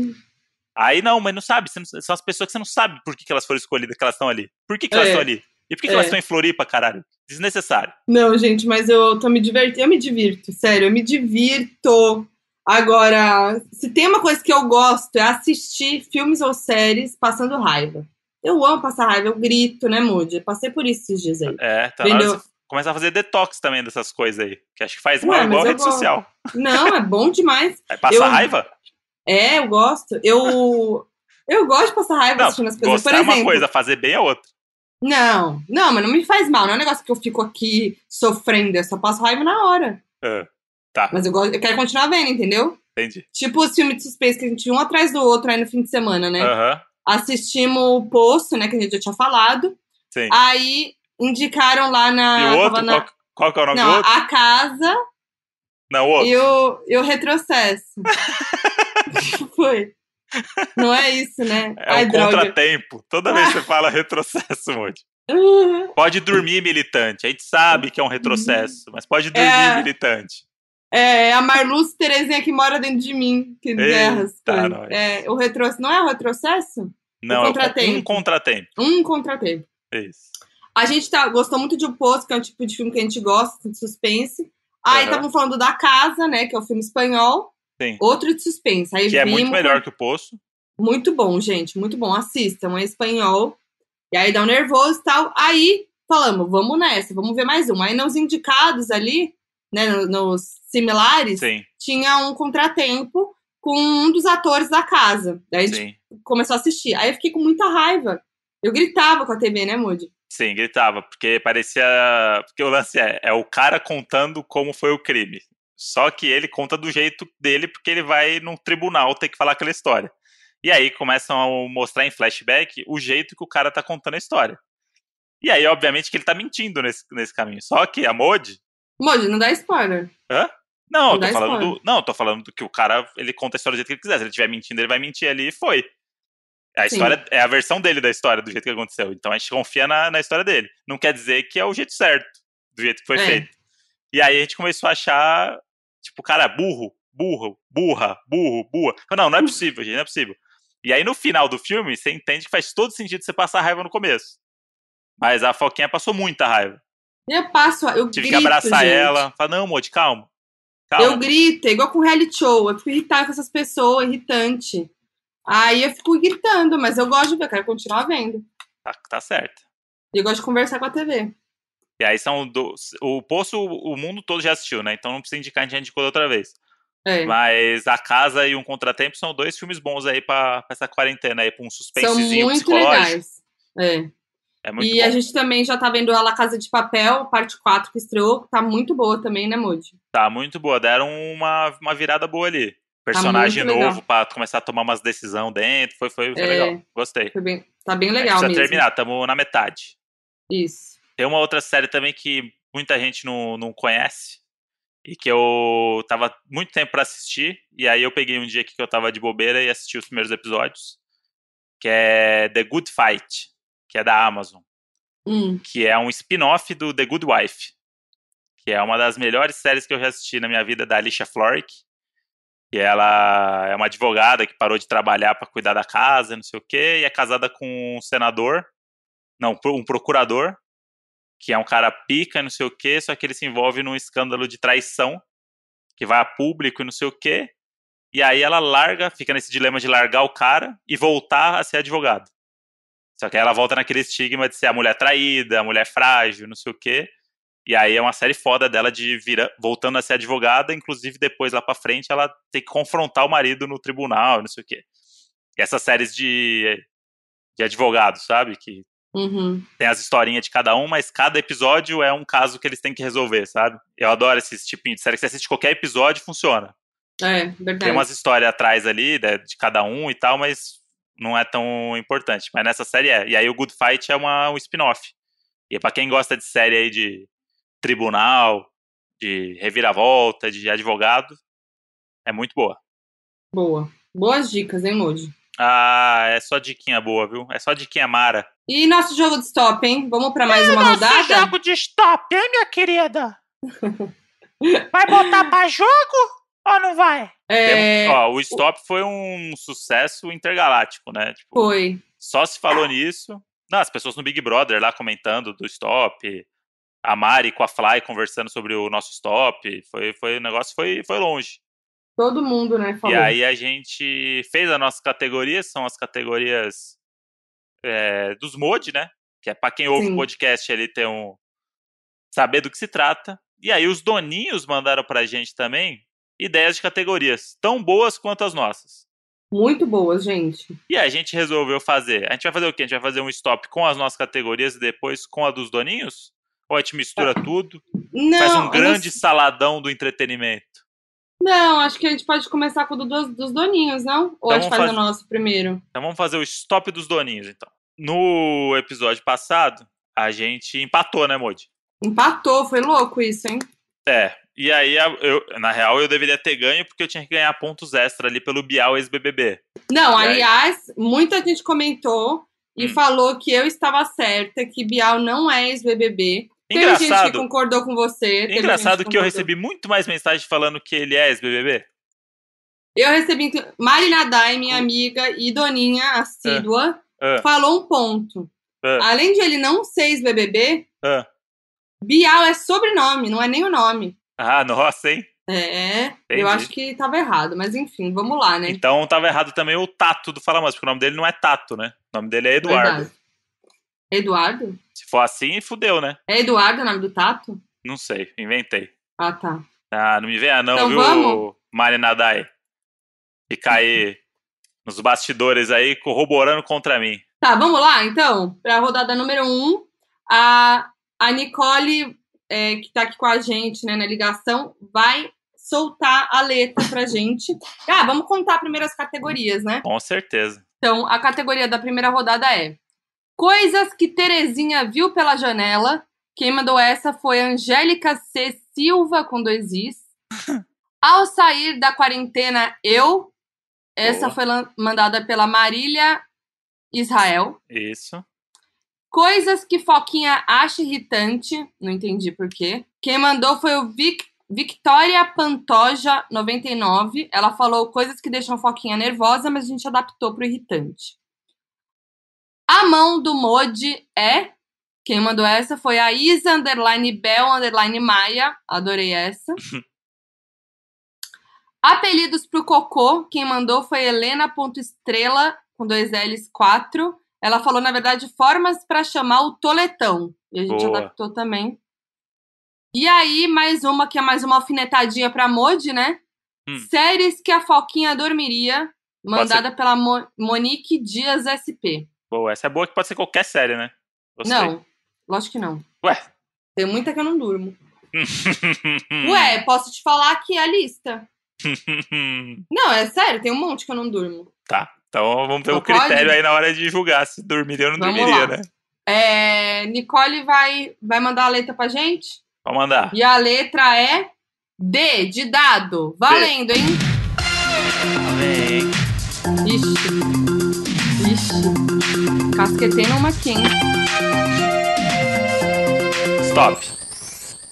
B: Ah.
A: Aí não, mas não sabe. você não- são as pessoas que você não sabe por que, que elas foram escolhidas, que elas estão ali. Por que, que elas
B: É.
A: estão ali? E por que, que
B: É.
A: elas estão em Floripa, caralho? Desnecessário.
B: Não, gente, mas eu tô me divertindo. Eu me divirto, sério, eu me divirto. Agora, se tem uma coisa que eu gosto é assistir filmes ou séries passando raiva. Eu amo passar raiva, eu grito, né, Moody? Passei por isso esses dias aí.
A: É, tá na hora
B: Entendeu?
A: de você começar a fazer detox também dessas coisas aí. Que acho que faz
B: Ué,
A: mal
B: mas
A: igual a
B: eu
A: rede
B: vou-
A: social.
B: Não, é bom demais.
A: Aí passa
B: Eu-
A: raiva?
B: É, eu gosto. Eu, eu gosto de passar raiva
A: Não,
B: assistindo as coisas.
A: Gostar
B: por
A: é
B: exemplo,
A: uma coisa, fazer bem é outra.
B: Não, não, mas não me faz mal. Não é um negócio que eu fico aqui sofrendo. Eu só passo raiva na hora.
A: Ah, tá.
B: Mas eu, gosto, eu quero continuar vendo, entendeu?
A: Entendi.
B: Tipo os filmes de suspense que a gente viu um atrás do outro aí no fim de semana, né?
A: Aham,
B: Assistimos o Poço, né? Que a gente já tinha falado.
A: sim.
B: Aí indicaram lá na.
A: e o
B: Ah, tava
A: outro?
B: na-
A: Qual, qual que é o nome do
B: não,
A: outro?
B: a casa
A: Não, o outro.
B: e o, e o retrocesso. que foi? Não é isso, né?
A: É
B: Ai,
A: um
B: droga.
A: contratempo. Toda vez que você fala retrocesso, Moody.
B: Ah,
A: Pode dormir, militante. A gente sabe que é um retrocesso, mas pode dormir,
B: É.
A: militante.
B: É, é a Marluce Terezinha que mora dentro de mim, que erra as
A: Eita,
B: coisas.
A: nós.
B: É, o retro... Não é o retrocesso?
A: Não, é
B: contratempo.
A: um contratempo.
B: Um contratempo.
A: É Isso.
B: A gente tá, gostou muito de O Poço, que é um tipo de filme que a gente gosta, assim, de suspense. Aí
A: Aham.
B: estavam falando da Casa, né, que é o filme espanhol.
A: Sim.
B: Outro de suspense. Aí
A: Que é
B: vimos,
A: muito melhor que o poço.
B: Muito bom, gente, muito bom. Assistam, é espanhol. E aí dá um nervoso e tal. Aí falamos, vamos nessa, vamos ver mais um. Aí nos indicados ali, né, no- nos similares,
A: Sim,
B: tinha um contratempo com um dos atores da casa. Daí a gente
A: sim.
B: começou a assistir. Aí eu fiquei com muita raiva. Eu gritava com a TV, né, Moody?
A: Sim, gritava, porque parecia. Porque o lance é, é o cara contando como foi o crime. Só que ele conta do jeito dele, porque ele vai num tribunal ter que falar aquela história. E aí começam a mostrar em flashback o jeito que o cara tá contando a história. E aí, obviamente, que ele tá mentindo nesse, nesse caminho. Só que a Modi.
B: Moody, não dá spoiler.
A: Não,
B: Não
A: eu
B: dá
A: tô falando
B: spoiler.
A: do. Não, eu tô falando do que o cara ele conta a história do jeito que ele quiser. Se ele estiver mentindo, ele vai mentir ali e foi. A
B: Sim.
A: história é a versão dele da história, do jeito que aconteceu. Então a gente confia na, na história dele. Não quer dizer que é o jeito certo, do jeito que foi
B: É.
A: feito. E aí a gente começou a achar, tipo, cara, burro, burro, burra, burro, burra. Eu, Não, não é possível, gente, não é possível. E aí no final do filme, você entende que faz todo sentido você passar raiva no começo. Mas a Foquinha passou muita raiva.
B: Eu passo, eu
A: Tive
B: grito,
A: que abraçar
B: gente.
A: ela, falar, não, Modi, calma. Calma.
B: Eu grito, é igual com reality show. Eu fico irritada com essas pessoas, irritante. Aí eu fico gritando, mas eu gosto de ver, eu quero continuar vendo.
A: Tá, tá certo.
B: E eu gosto de conversar com a TV.
A: E aí são do, o Poço, o o mundo todo já assistiu, né? Então não precisa indicar, a gente já indicou da outra vez.
B: É.
A: Mas A Casa e Um Contratempo são dois filmes bons aí pra, pra essa quarentena aí, pra um
B: São
A: suspensezinho
B: muito
A: psicológico.
B: legais. É.
A: É muito
B: E
A: bom.
B: a gente também já tá vendo a La Casa de Papel, parte 4, que estreou. Tá muito boa também, né, Moody?
A: Tá muito boa, deram uma, uma virada boa ali. Personagem
B: muito legal.
A: novo pra começar a tomar umas decisão dentro, foi, foi, foi
B: É.
A: legal. Gostei.
B: Foi bem- tá bem
A: a
B: legal
A: gente É, precisa
B: mesmo.
A: terminar, estamos na metade.
B: Isso.
A: Tem uma outra série também que muita gente não, não conhece e que eu tava muito tempo pra assistir e aí eu peguei um dia aqui que eu tava de bobeira e assisti os primeiros episódios, que é The Good Fight, que é da Amazon,
B: Hum,
A: que é um spin-off do The Good Wife, que é uma das melhores séries que eu já assisti na minha vida da Alicia Florrick. E ela é uma advogada que parou de trabalhar pra cuidar da casa, não sei o quê, e é casada com um senador, não, pro- um procurador, que é um cara pica, não sei o quê, só que ele se envolve num escândalo de traição, que vai a público e não sei o quê. E aí ela larga, fica nesse dilema de largar o cara e voltar a ser advogado. Só que aí ela volta naquele estigma de ser a mulher traída, a mulher frágil, não sei o quê. E aí é uma série foda dela de vira, voltando a ser advogada, inclusive depois lá pra frente ela tem que confrontar o marido no tribunal, não sei o quê. E essas séries de, de advogado, sabe? Que
B: uhum.
A: tem as historinhas de cada um, mas cada episódio é um caso que eles têm que resolver, sabe? Eu adoro esse tipinho de série que você assiste qualquer episódio e funciona.
B: É, verdade.
A: Tem umas histórias atrás ali né, de cada um e tal, mas não é tão importante. Mas nessa série é. E aí o Good Fight é uma, um spin-off. E pra quem gosta de série aí de tribunal, de reviravolta, de advogado, é muito boa.
B: Boa. Boas dicas, hein, Moody?
A: Ah, é só diquinha boa, viu? É só diquinha mara.
B: E nosso
A: É,
B: jogo Tá de stop, hein? Vamos pra mais uma
C: Nosso
B: rodada?
C: jogo de stop, hein, minha querida? Vai botar pra jogo ou não vai?
A: Tem
B: É,
A: um- ó, o Stop foi um sucesso intergaláctico, né? Tipo,
B: foi.
A: só se falou nisso. Não, as pessoas no Big Brother lá comentando do Stop, a Mari com a Fly conversando sobre o nosso Stop. Foi, foi, o negócio foi, foi longe.
B: Todo mundo, né? Falou.
A: E aí a gente fez as nossas categorias, são as categorias é, dos mod, né? Que é pra quem ouve o
B: Sim.
A: podcast ele ter um. saber do que se trata. E aí os doninhos mandaram pra gente também ideias de categorias, tão boas quanto as nossas.
B: Muito boas, gente.
A: E aí a gente resolveu fazer. A gente vai fazer o quê? A gente vai fazer um stop com as nossas categorias e depois com a dos doninhos? Ou a gente mistura tudo?
B: Ah, Não,
A: faz um
B: eu
A: grande saladão do entretenimento.
B: Não, não, acho que a gente pode começar com o do- dos, dos doninhos, não?
A: Então
B: Ou a gente
A: vamos
B: faz o
A: fazer-
B: nosso primeiro?
A: Então vamos fazer o stop dos doninhos, então. No episódio passado, a gente empatou, né, Modi?
B: Empatou, foi louco isso, hein?
A: É. E aí, a- eu- na real, eu deveria ter ganho porque eu tinha que ganhar pontos extra ali pelo Bial ex-BBB.
B: Não,
A: E aí?
B: aliás, muita gente comentou e
A: Hum.
B: falou que eu estava certa, que Bial não é ex-BBB. Teve gente que
A: Engraçado.
B: concordou com você. teve gente
A: Engraçado que eu
B: concordou.
A: recebi muito mais mensagem falando que ele é ex-BBB.
B: Eu recebi. então, Marina Dai,
A: Hum.
B: minha amiga e doninha assídua,
A: Ah,
B: falou um ponto.
A: É.
B: Além de ele não ser ex-BBB,
A: ah.
B: Bial é sobrenome, não é nem o nome.
A: Ah, nossa, hein?
B: É,
A: Entendi.
B: eu acho que tava errado, mas enfim, vamos lá, né?
A: Então tava errado também o Tato do Fala Mais, porque o nome dele não é Tato, né? O nome dele é Eduardo.
B: Verdade. Eduardo?
A: Se for assim, fudeu, né?
B: É Eduardo o nome do Tato?
A: Não sei, inventei.
B: Ah, tá.
A: Ah, não me venha não,
B: Então
A: viu,
B: vamos?
A: Mari Nadai? Ficar aí nos bastidores aí, corroborando contra mim.
B: Tá, vamos lá, então, para a rodada número um, a, a Nicole, é, que tá aqui com a gente, né, na ligação, vai soltar a letra pra gente. Ah, vamos contar primeiro as categorias, né?
A: Com certeza.
B: Então, a categoria da primeira rodada é Coisas que Terezinha viu pela janela. Quem mandou essa foi Angélica C. Silva, com dois Is. Ao sair da quarentena, eu. Essa
A: Boa.
B: foi lan- mandada pela Marília Israel.
A: Isso.
B: Coisas que Foquinha acha irritante. Não entendi por quê. Quem mandou foi o Vic, Victoria Pantoja, 99. Ela falou coisas que deixam Foquinha nervosa, mas a gente adaptou pro irritante. A mão do Modi é. Quem mandou essa foi a Isa Underline Bel Underline Maia. Adorei essa. Apelidos pro Cocô. Quem mandou foi Helena.estrela com dois L's 4. Ela falou, na verdade, formas pra chamar o toletão. E a gente
A: Boa.
B: adaptou também. E aí, mais uma, que é mais uma alfinetadinha pra Modi, né?
A: Hum.
B: Séries que a Foquinha dormiria, mandada pela Mo- Monique Dias SP.
A: Boa, essa é boa que pode ser qualquer série, né? Gostei.
B: Não, lógico que não.
A: Ué.
B: Tem muita que eu não durmo.
A: Hum.
B: Ué, posso te falar que é a lista. Não, é sério, tem um monte que eu não durmo.
A: tá. Então vamos ter um
B: Não pode?
A: critério aí na hora de julgar se dormiria ou não
B: Vamos
A: dormiria,
B: lá.
A: né?
B: É, Nicole vai, vai mandar a letra pra gente?
A: Vamos mandar.
B: E a letra é D, de dado. Valendo, hein? Ixi. Ixi. Casquetei numa aqui, hein?
A: Stop.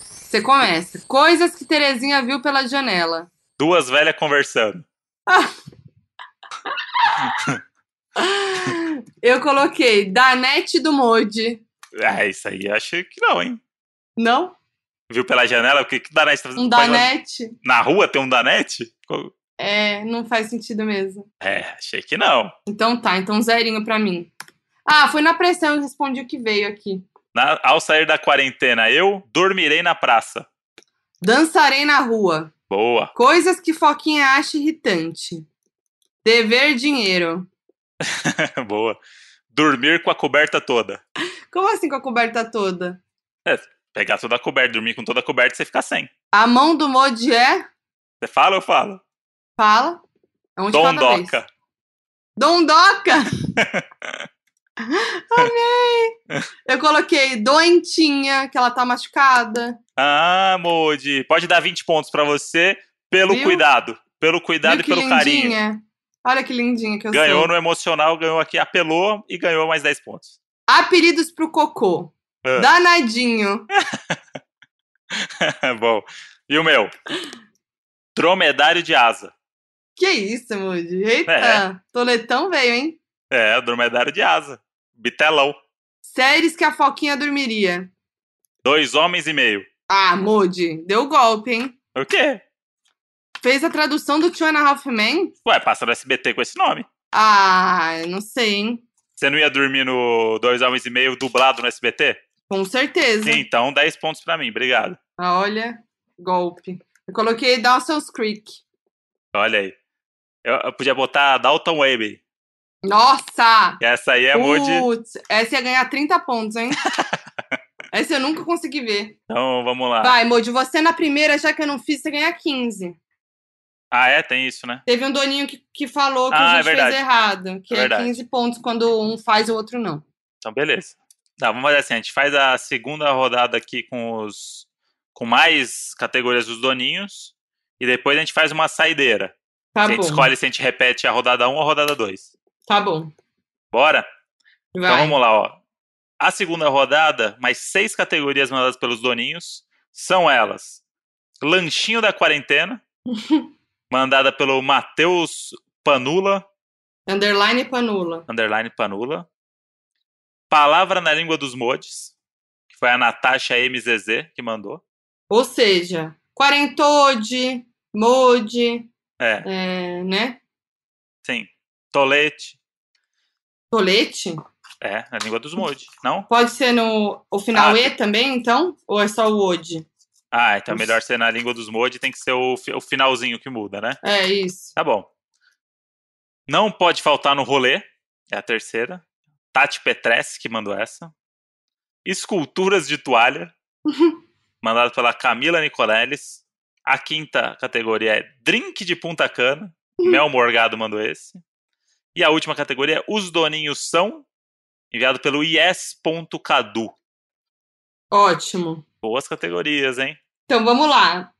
B: Você começa. Coisas que Terezinha viu pela janela.
A: Duas velhas conversando.
B: Eu coloquei Danete do Modi.
A: É, isso aí eu acho que não, hein?
B: Não?
A: Viu pela janela? O que, que Danete tá
B: Um
A: fazendo?
B: Danete?
A: Na rua tem um Danete? Co-
B: É, não faz sentido mesmo.
A: É, achei que não.
B: Então tá, então zerinho pra mim. Ah, foi na pressão eu respondi o que veio aqui.
A: Na- ao sair da quarentena, eu dormirei na praça.
B: Dançarei na rua.
A: Boa.
B: Coisas que Foquinha acha irritante. Dever dinheiro.
A: Boa. Dormir com a coberta toda.
B: Como assim com a coberta toda?
A: Pegar toda a coberta, dormir com toda a coberta e você ficar sem.
B: A mão do Modi é.
A: Você fala ou eu falo?
B: Fala. É um de cada vez.
A: Dondoca.
B: Dondoca! Amei! Eu coloquei doentinha, que ela tá machucada.
A: Ah, Modi. Pode dar 20 pontos pra você pelo
B: Viu?
A: cuidado. Pelo cuidado
B: Viu
A: e
B: que
A: pelo carinho.
B: lindinha? Olha que lindinha que eu
A: Ganhou
B: sou.
A: no emocional, ganhou aqui, apelou e ganhou mais 10 pontos.
B: Apelidos pro cocô.
A: Ah.
B: Danadinho.
A: É Bom. E o meu? Dromedário de asa.
B: Que isso, Moody? Eita,
A: É.
B: Toletão veio, hein?
A: É, dromedário de asa. Bitelão.
B: Séries que a Foquinha dormiria.
A: Dois homens e meio.
B: Ah, Moody, deu golpe, hein?
A: O quê?
B: Fez a tradução do Two and a Half Men?
A: Ué, passa no SBT com esse nome.
B: Ah, eu não sei, hein?
A: Você não ia dormir no Dois Homens e Meio dublado no SBT?
B: Com certeza.
A: Sim, então 10 pontos pra mim, obrigado.
B: Ah, olha, golpe. Eu coloquei Dawson's Creek.
A: Olha aí. Eu, eu podia botar Dalton Webby.
B: Nossa!
A: Essa
B: Uh!
A: aí é Moody.
B: Putz, essa ia ganhar 30 pontos, hein? essa eu nunca consegui ver.
A: Então vamos lá.
B: Vai, Moody, você na primeira, já que eu não fiz, você ganha 15.
A: Ah, é? Tem isso, né?
B: Teve um doninho que, que falou que
A: Ah,
B: a
A: é
B: gente fez
A: verdade.
B: errado. Que
A: É
B: é
A: verdade.
B: 15 pontos quando um faz e o outro não.
A: Então beleza. Tá, vamos fazer assim. A gente faz a segunda rodada aqui com os. com mais categorias dos doninhos. E depois a gente faz uma saideira.
B: Tá
A: a gente
B: bom.
A: escolhe se a gente repete a rodada 1 ou a rodada 2.
B: Tá bom.
A: Bora?
B: Vai.
A: Então vamos lá, ó. A segunda rodada, mais seis categorias mandadas pelos doninhos, são elas: Lanchinho da Quarentena, mandada pelo Matheus Panula,
B: Underline Panula.
A: underline Panula. Palavra na Língua dos Modes, que foi a Natasha MZZ que mandou.
B: Ou seja, quarentode, mode,
A: É,
B: é, né?
A: sim. Tolete,
B: Tolete?
A: é, na Língua dos Modes, não?
B: Pode ser no o final
A: Ah,
B: E também, então? Ou é só o Ode?
A: Ah, então é melhor ser na Língua dos Modes, tem que ser o fi- o finalzinho que muda, né?
B: É isso.
A: Tá bom. Não pode faltar no rolê. É a terceira. Tati Petresse que mandou essa. Esculturas de toalha. mandado pela Camila Nicoleles. A quinta categoria é Drink de Punta Cana. Mel Morgado mandou esse. E a última categoria é Os Doninhos São. Enviado pelo yes.cadu.
B: Ótimo.
A: Boas categorias, hein?
B: Então vamos lá.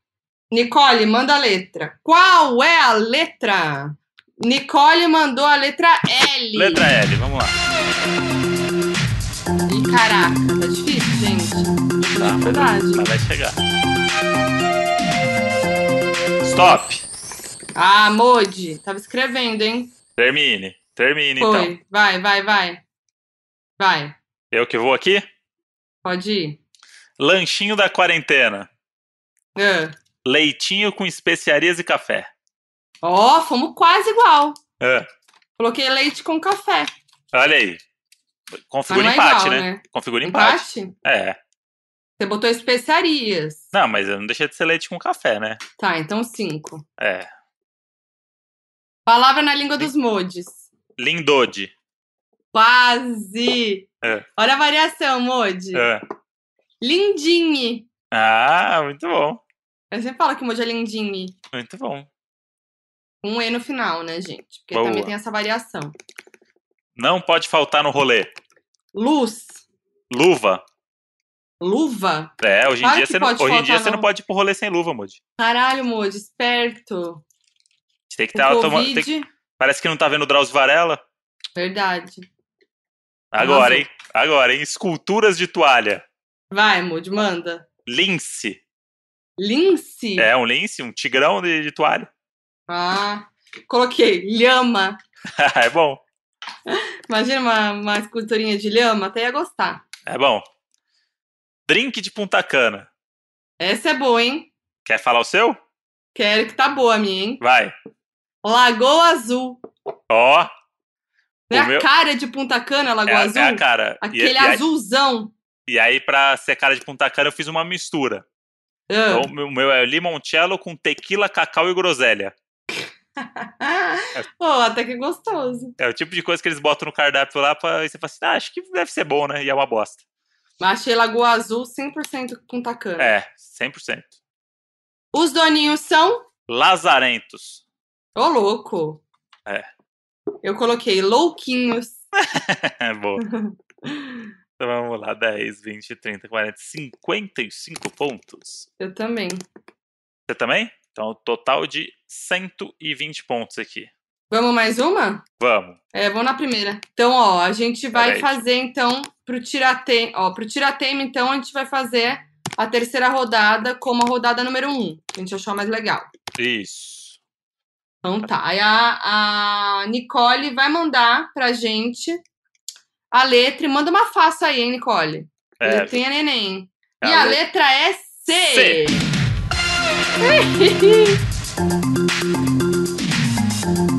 B: Nicole, manda a letra. Qual é a letra? Nicole mandou a letra L.
A: Letra L, vamos lá.
B: Ih, Caraca, tá difícil, gente. Tá, verdade.
A: Mas vai chegar. Stop!
B: Ah, Modi, tava escrevendo, hein?
A: Termine, termine
B: Foi.
A: então.
B: Vai, vai, vai. Vai,
A: Eu que vou aqui?
B: pode ir.
A: Lanchinho da quarentena.
B: Ah.
A: Leitinho com especiarias e café.
B: Ó, fomos quase igual.
A: Ah,
B: Coloquei leite com café.
A: olha aí.
B: Mas
A: Configura
B: não é
A: empate,
B: igual,
A: né?
B: né?
A: Configura empate.
B: Empate?
A: É.
B: Você botou especiarias.
A: Não, mas eu não deixei de ser leite com café, né?
B: Tá, então cinco.
A: É.
B: Palavra na língua dos modes.
A: Lindode.
B: Quase!
A: É.
B: Olha a variação, Modi.
A: Ah,
B: Lindinhe.
A: Ah, muito bom.
B: Eu sempre falo que o Modi é lindinhe.
A: Muito bom.
B: Um E no final, né, gente? Porque
A: Boa.
B: também tem essa variação.
A: Não pode faltar no rolê.
B: Luz.
A: Luva.
B: Luva.
A: É, hoje em
B: Claro
A: dia,
B: que
A: você não,
B: pode
A: hoje em
B: faltar
A: dia você
B: no-
A: não pode ir pro rolê sem luva, Moody.
B: Caralho, Modi, esperto.
A: Você tem que
B: O
A: estar tomando.
B: Covid.
A: Tá, tem que- Parece que não tá vendo o Drauzio Varela.
B: Verdade.
A: Agora,
B: Arrasou.
A: hein? Agora, hein? Esculturas de toalha.
B: Vai, Modi, manda.
A: Lince.
B: Lince.
A: É, um lince, um tigrão de, de toalha.
B: Ah, coloquei lhama.
A: é bom,
B: Imagina uma, uma esculturinha de lhama, até ia gostar.
A: é bom. Drink de Punta Cana.
B: Essa é boa, hein?
A: Quer falar o seu?
B: Quero que tá boa a minha, hein?
A: Vai.
B: Lagoa Azul.
A: Ó,
B: Não é
A: O
B: a
A: meu-
B: cara de Punta Cana,
A: é,
B: Lagoa
A: a-
B: Azul?
A: é a cara. E-
B: Aquele
A: e, aí-
B: azulzão.
A: e aí, pra ser cara de Punta Cana, eu fiz uma mistura.
B: Ah.
A: Então, o meu- o meu é limoncello com tequila, cacau e groselha.
B: Ah. Pô, até que gostoso.
A: É o tipo de coisa que eles botam no cardápio lá pra e você fala assim, ah, acho que deve ser bom, né? E é uma bosta.
B: Mas achei Lagoa Azul 100% Punta Cana.
A: É, 100%.
B: Os doninhos são...
A: Lazarentos.
B: Ô, louco.
A: É.
B: Eu coloquei louquinhos.
A: É bom. Então vamos lá, 10, 20, 30, 40, 55 pontos.
B: Eu também.
A: Você também? Então, o total de 120 pontos aqui.
B: Vamos mais uma?
A: Vamos.
B: É, vamos na primeira. Então, ó, a gente vai
A: Peraí.
B: fazer, então, pro tiratema, ó, pro tiratema, então, a gente vai fazer a terceira rodada como a rodada número um. que A gente achou a mais legal.
A: Isso.
B: Então tá. Aí a, a Nicole vai mandar pra gente a letra. E Manda uma faça aí, hein, Nicole?
A: É,
B: Letrinha neném.
A: é
B: e a letra é
A: C.
B: C.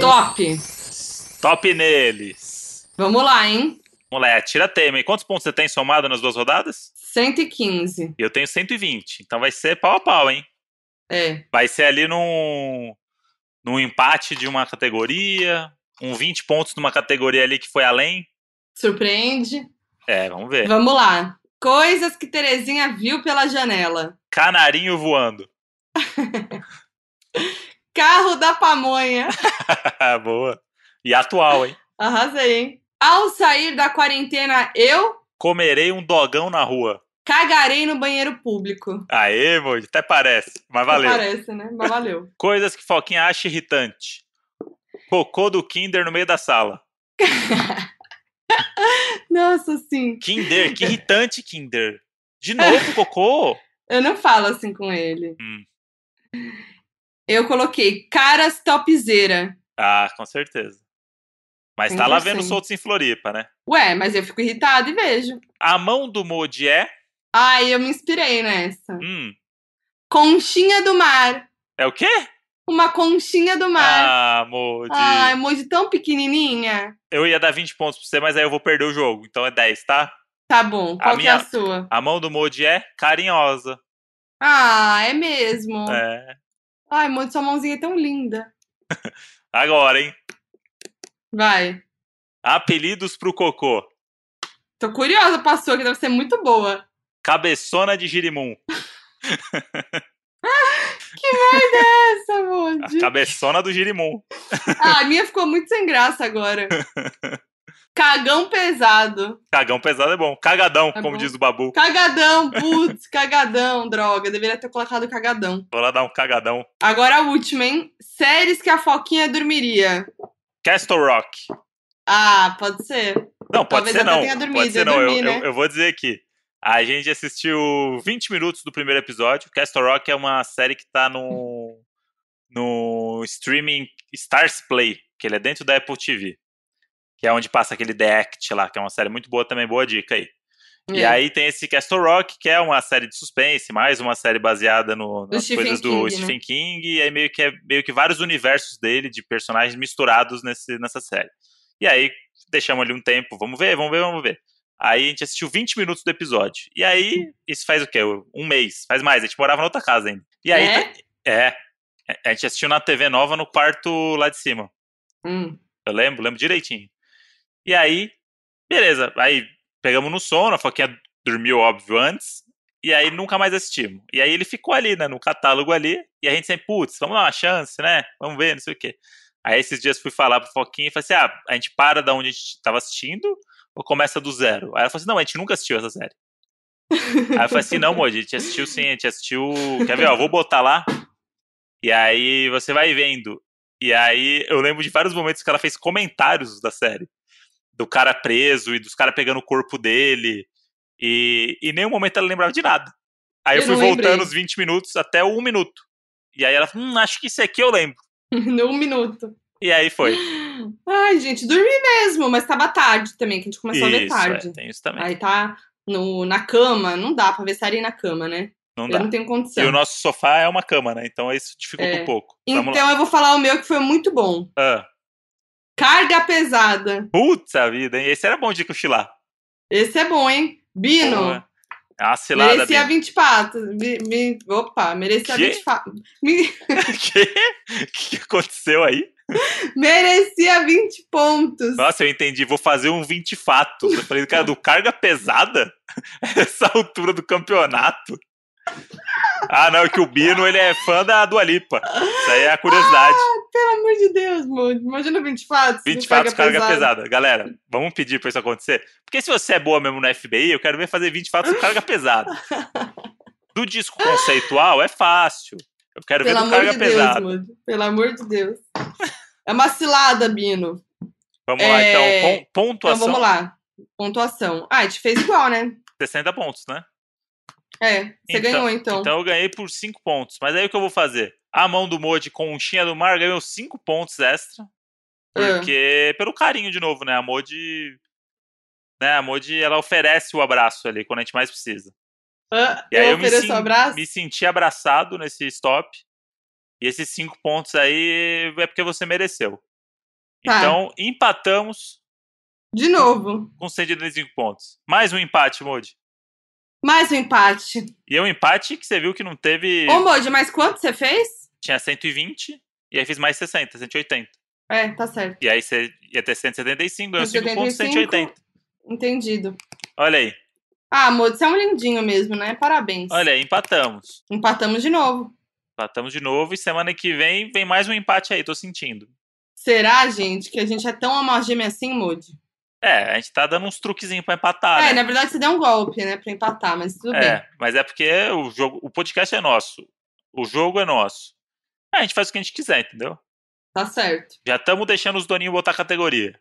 B: Top.
A: Top neles.
B: Vamos lá, hein?
A: Moleque, tira tema. E quantos pontos você tem somado nas duas rodadas?
B: 115.
A: Eu tenho 120. Então vai ser pau a pau, hein?
B: É.
A: Vai ser ali num, num empate de uma categoria, um 20 pontos numa categoria ali que foi além.
B: Surpreende.
A: É, vamos ver.
B: Vamos lá. Coisas que Terezinha viu pela janela.
A: Canarinho voando.
B: Carro da pamonha.
A: Boa. E atual, hein?
B: Arrasei, hein? Ao sair da quarentena, eu
A: Comerei um dogão na rua.
B: cagarei no banheiro público.
A: Aê, Moji, até parece. Mas valeu.
B: Parece, né? Mas valeu.
A: Coisas que Foquinha acha irritante. Cocô do Kinder no meio da sala.
B: Nossa, sim.
A: Kinder, que irritante, Kinder. De novo, cocô?
B: Eu não falo assim com ele.
A: Hum.
B: Eu coloquei caras topzeira.
A: Ah, com certeza. Mas tá lá vendo
B: 100%.
A: soltos em Floripa, né?
B: Ué, mas eu fico irritada e vejo.
A: A mão do Moji é.
B: Ai, eu me inspirei nessa.
A: Hum,
B: Conchinha do mar.
A: é o quê?
B: Uma conchinha do mar.
A: Ah, Moji.
B: Ai, emoji tão pequenininha.
A: Eu ia dar 20 pontos pra você, mas aí eu vou perder o jogo. Então é 10, tá?
B: Tá bom,
A: A
B: qual que é a
A: minha-
B: sua?
A: A mão do Moji é carinhosa.
B: Ah, é mesmo.
A: É.
B: Ai, Moji, sua mãozinha é tão linda.
A: Agora, hein?
B: Vai.
A: Apelidos pro cocô.
B: Tô curiosa pra sua, que deve ser muito boa.
A: Cabeçona de girimum.
B: Essa, Moji.
A: Cabeçona do girimum.
B: Ah, a minha ficou muito sem graça agora. Cagão pesado.
A: Cagão pesado é bom. Cagadão,
B: Tá
A: como
B: bom.
A: diz o babu.
B: Cagadão, putz, cagadão, droga. Deveria ter colocado cagadão.
A: Vou lá dar um cagadão.
B: Agora a última, hein? Séries que a Foquinha dormiria.
A: Castle Rock.
B: Ah, pode ser.
A: Não, pode
B: Talvez
A: ser
B: até
A: não.
B: tenha dormido,
A: Pode ser
B: eu
A: não.
B: dormi,
A: eu,
B: né?
A: eu- eu vou dizer aqui. A gente assistiu 20 minutos do primeiro episódio. Castle Rock é uma série que tá no, no streaming Stars Play, que ele é dentro da Apple TV. Que é onde passa aquele The Act lá, que é uma série muito boa também, boa dica aí. E
B: É.
A: aí tem esse Castle Rock, que é uma série de suspense, mais uma série baseada no, nas
B: Stephen
A: coisas do
B: King, né?
A: Stephen King, e aí meio que, é, meio que vários universos dele, de personagens misturados nesse, nessa série. E aí deixamos ali um tempo, vamos ver, vamos ver, vamos ver. Aí a gente assistiu 20 minutos do episódio. E aí, isso faz o quê? Um mês, faz mais, a gente morava na outra casa ainda. E aí,
B: É?
A: é, a gente assistiu na TV nova no quarto lá de cima.
B: Hum.
A: Eu lembro, lembro direitinho. E aí, beleza. Aí pegamos no sono, a Foquinha dormiu, óbvio, antes. E aí nunca mais assistimos. E aí ele ficou ali, né, no catálogo ali. E a gente sempre, putz, vamos dar uma chance, né? Vamos ver, não sei o quê. Aí esses dias fui falar pro Foquinha e falei assim: ah, a gente para da onde a gente tava assistindo ou começa do zero? Aí ela falou assim: não, a gente nunca assistiu essa série. Aí eu falei assim: não, Moji, a gente assistiu sim, a gente assistiu. Quer ver, ó, vou botar lá. E aí você vai vendo. E aí eu lembro de vários momentos que ela fez comentários da série. Do cara preso e dos caras pegando o corpo dele. E e em nenhum momento ela lembrava de nada. Aí eu,
B: Eu
A: fui
B: não lembrei.
A: voltando os 20 minutos até um minuto. E aí ela falou, hum, acho que isso aqui eu lembro.
B: Num minuto.
A: E aí foi.
B: Ai, gente, dormi mesmo, mas tava tarde também, que a gente começou a ver
A: isso, é,
B: tarde.
A: tem isso também.
B: Aí tá no, na cama, não dá pra ver série na cama, né?
A: não
B: eu
A: dá.
B: não tenho
A: E o
B: condição.
A: nosso sofá é uma cama, né? Então isso dificulta
B: então. É.
A: um pouco. Vamos lá.
B: Então eu vou falar o meu que foi muito bom.
A: Ah,
B: Carga pesada.
A: putz a vida, hein? Esse era bom de cochilar.
B: Esse é bom, hein? Bino,
A: Porra. É uma cilada,
B: merecia
A: Bia.
B: 20 patas. Vi- vi- opa, merecia
A: Quê?
B: 20 patas. Me-
A: Quê? O que aconteceu aí?
B: merecia 20 pontos.
A: Nossa, eu entendi. Vou fazer um 20 fatos. Eu falei, cara, do carga pesada? Essa altura do campeonato? Ah, não, é que o Bino, ele é fã da Dua Lipa. Isso aí é a curiosidade.
B: Pelo amor de Deus, mano. Imagina 20 patos. do
A: 20 fatos, carga pesada. Galera, vamos pedir pra isso acontecer? Porque se você é boa mesmo no FBI, eu quero ver fazer 20 fatos com carga pesada. Do disco conceitual, é fácil. Eu quero
B: Pelo
A: ver do
B: amor
A: Tá carga
B: de Deus,
A: pesada.
B: mano. Pelo amor de Deus. É uma cilada, Bino.
A: Vamos lá,
B: É,
A: então. pon-
B: Então
A: Pontuação.
B: vamos lá. Pontuação. Ah, a gente fez igual, né?
A: 60 pontos, né?
B: É, você ganhou então.
A: Então eu ganhei por 5 pontos. Mas aí o que eu vou fazer? A mão do Moji Conchinha do Mar ganhou 5 pontos extra.
B: Ah.
A: Porque, pelo carinho de novo, né? A Moji. Né, a Moji, ela oferece o abraço ali quando a gente mais precisa.
B: Ah,
A: E aí eu,
B: eu
A: me,
B: ofereço
A: sen-
B: um abraço?
A: me senti abraçado nesse stop. E esses cinco pontos aí é porque você mereceu.
B: Tá.
A: Então, empatamos
B: De novo.
A: com 135 pontos. Mais um empate, Moji.
B: Mais um empate.
A: E é um empate que você viu que não teve.
B: Ô, Moji, mas quanto você fez?
A: Tinha 120 e aí fiz mais 60, 180.
B: É, tá certo.
A: E aí você ia ter 175, ganhou 5 pontos,
B: 175.
A: 180.
B: Entendido.
A: Olha aí,
B: Ah, Moji, você é um lindinho mesmo, né? Parabéns.
A: olha aí, empatamos.
B: Empatamos de novo.
A: Empatamos de novo e semana que vem vem mais um empate aí, tô sentindo.
B: Será, gente, que a gente é tão amogêmea assim, Moji?
A: É, a gente tá dando uns truquezinhos pra empatar,
B: é,
A: né?
B: na verdade você deu um golpe, né? Pra empatar, mas tudo bem.
A: É, mas é porque o jogo, o podcast é nosso. O jogo é nosso. É, A gente faz o que a gente quiser, entendeu?
B: Tá certo.
A: Já estamos deixando os doninhos botar categoria.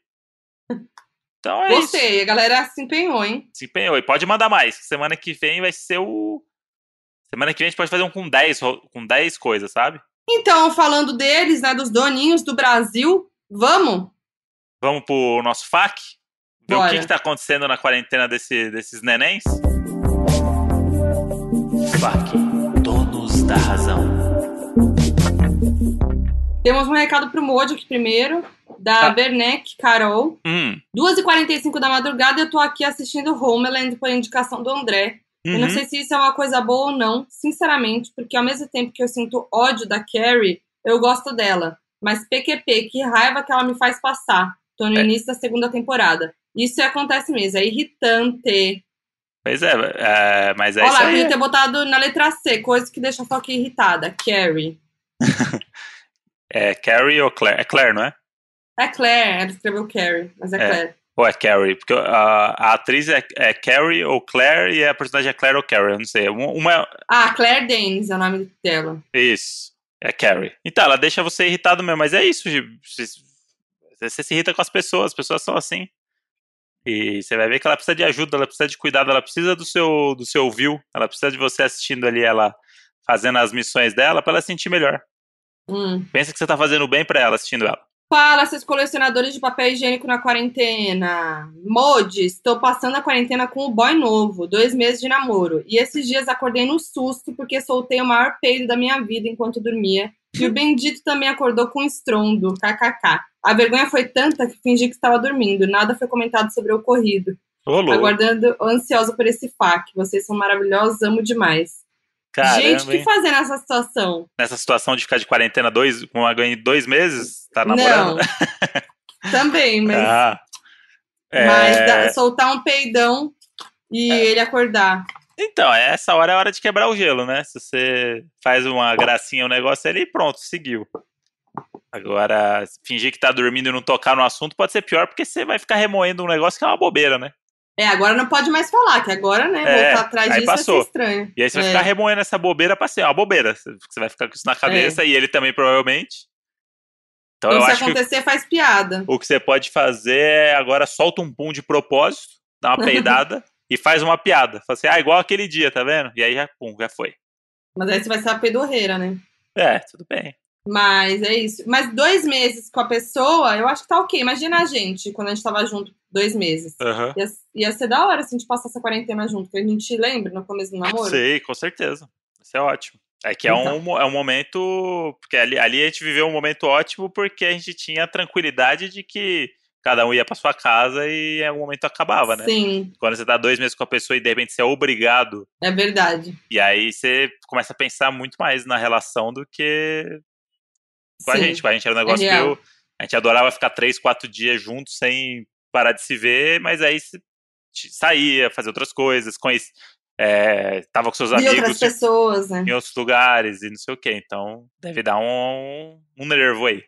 A: Então é isso.
B: Gostei, a galera se empenhou, hein?
A: Se empenhou. E pode mandar mais. Semana que vem vai ser o. Semana que vem a gente pode fazer um com 10, ro- com 10 coisas, sabe?
B: Então, falando deles, né, dos doninhos do Brasil, vamos?
A: Vamos pro nosso FAQ? Ver o que,
B: Bora.
A: que tá acontecendo na quarentena desse- desses nenéns? FAQ. Donos da razão.
B: Temos um recado pro Mojo aqui primeiro, da
A: Tá.
B: Bernec Carol.
A: Hum.
B: 2h45 da madrugada eu tô aqui assistindo Homeland por indicação do André. Eu não
A: Uhum.
B: sei se isso é uma coisa boa ou não, sinceramente, porque ao mesmo tempo que eu sinto ódio da Carrie, eu gosto dela. Mas PQP, que raiva que ela me faz passar. Tô no
A: É.
B: início da segunda temporada. Isso acontece mesmo, é irritante.
A: Pois é, é, mas é
B: Olha
A: isso
B: lá, eu
A: aí.
B: podia ter botado na letra C, coisa que deixa a Foca irritada. Carrie.
A: É Carrie ou Claire? É Claire, não é?
B: É Claire, ela escreveu Carrie, mas é,
A: É.
B: Claire.
A: Ou é Carrie? Porque a, a atriz é, é Carrie ou Claire e a personagem é Claire ou Carrie, eu não sei. Um- Uma
B: Ah, Claire Danes é o nome dela.
A: é. Isso. É Carrie. Então, ela deixa você irritado mesmo, mas é isso, Gi. Você, você se irrita com as pessoas, as pessoas são assim. E você vai ver que ela precisa de ajuda, ela precisa de cuidado, ela precisa do seu, do seu view, ela precisa de você assistindo ali ela fazendo as missões dela pra ela se sentir melhor.
B: Hum.
A: Pensa que você tá fazendo bem pra ela assistindo ela.
B: Fala, seus colecionadores de papel higiênico na quarentena. Modi, estou passando a quarentena com o boy novo, dois meses de namoro. E esses dias acordei no susto porque soltei o maior peido da minha vida enquanto dormia. E o bendito também acordou com um estrondo, kkk. A vergonha foi tanta que fingi que estava dormindo. Nada foi comentado sobre o ocorrido.
A: Ô, louco.
B: Aguardando, ansiosa por esse fac. Vocês são maravilhosos, amo demais.
A: Caramba,
B: Gente, o que
A: hein?
B: fazer nessa situação?
A: nessa situação de ficar de quarentena dois, com uma ganha de dois meses, tá namorando?
B: Não. Também, mas...
A: Ah. É,
B: Mas dá- soltar um peidão e ele acordar.
A: Então, essa hora é a hora de quebrar o gelo, né? Se você faz uma gracinha, um negócio ali, pronto, seguiu. Agora, fingir que tá dormindo e não tocar no assunto pode ser pior, porque você vai ficar remoendo um negócio que é uma bobeira, né?
B: É, agora não pode mais falar, que agora, né?
A: É,
B: voltar atrás
A: aí
B: disso vai
A: passou. Então,
B: ser estranho.
A: E aí você vai
B: É.
A: ficar remoendo essa bobeira pra ser uma bobeira. Você vai ficar com isso na cabeça e ele também, provavelmente. Então,
B: Então,
A: eu
B: se
A: acho que
B: acontecer, faz piada.
A: O que você pode fazer é agora solta um pum de propósito, dá uma peidada e faz uma piada. Fala assim, ah, igual aquele dia, tá vendo? E aí já, pum, já foi.
B: Mas aí você vai ser uma peidorreira, né?
A: É, tudo bem.
B: Mas é isso. Mas dois meses com a pessoa, eu acho que tá ok. Imagina a gente, quando a gente tava junto, dois meses.
A: Aham.
B: Ia, ia ser da hora se a gente passar essa quarentena junto, que a gente lembra no começo do namoro.
A: Sei, com certeza. Isso é ótimo. É que é um, mo- é um momento. Porque ali, ali a gente viveu um momento ótimo porque a gente tinha a tranquilidade de que cada um ia pra sua casa e em algum momento acabava, né?
B: Sim,
A: Quando você tá dois meses com a pessoa e de repente você é obrigado
B: é verdade.
A: E aí você começa a pensar muito mais na relação do que com a
B: Sim.
A: gente. Com a gente era um negócio que
B: real.
A: eu, a gente adorava ficar três, quatro dias juntos sem parar de se ver, mas aí você te- saía, fazia outras coisas, conhece, é, tava com seus
B: E outras
A: amigos tipo, em-
B: pessoas, né?
A: em outros lugares e não sei o que. Então deve dar um, um nervo aí.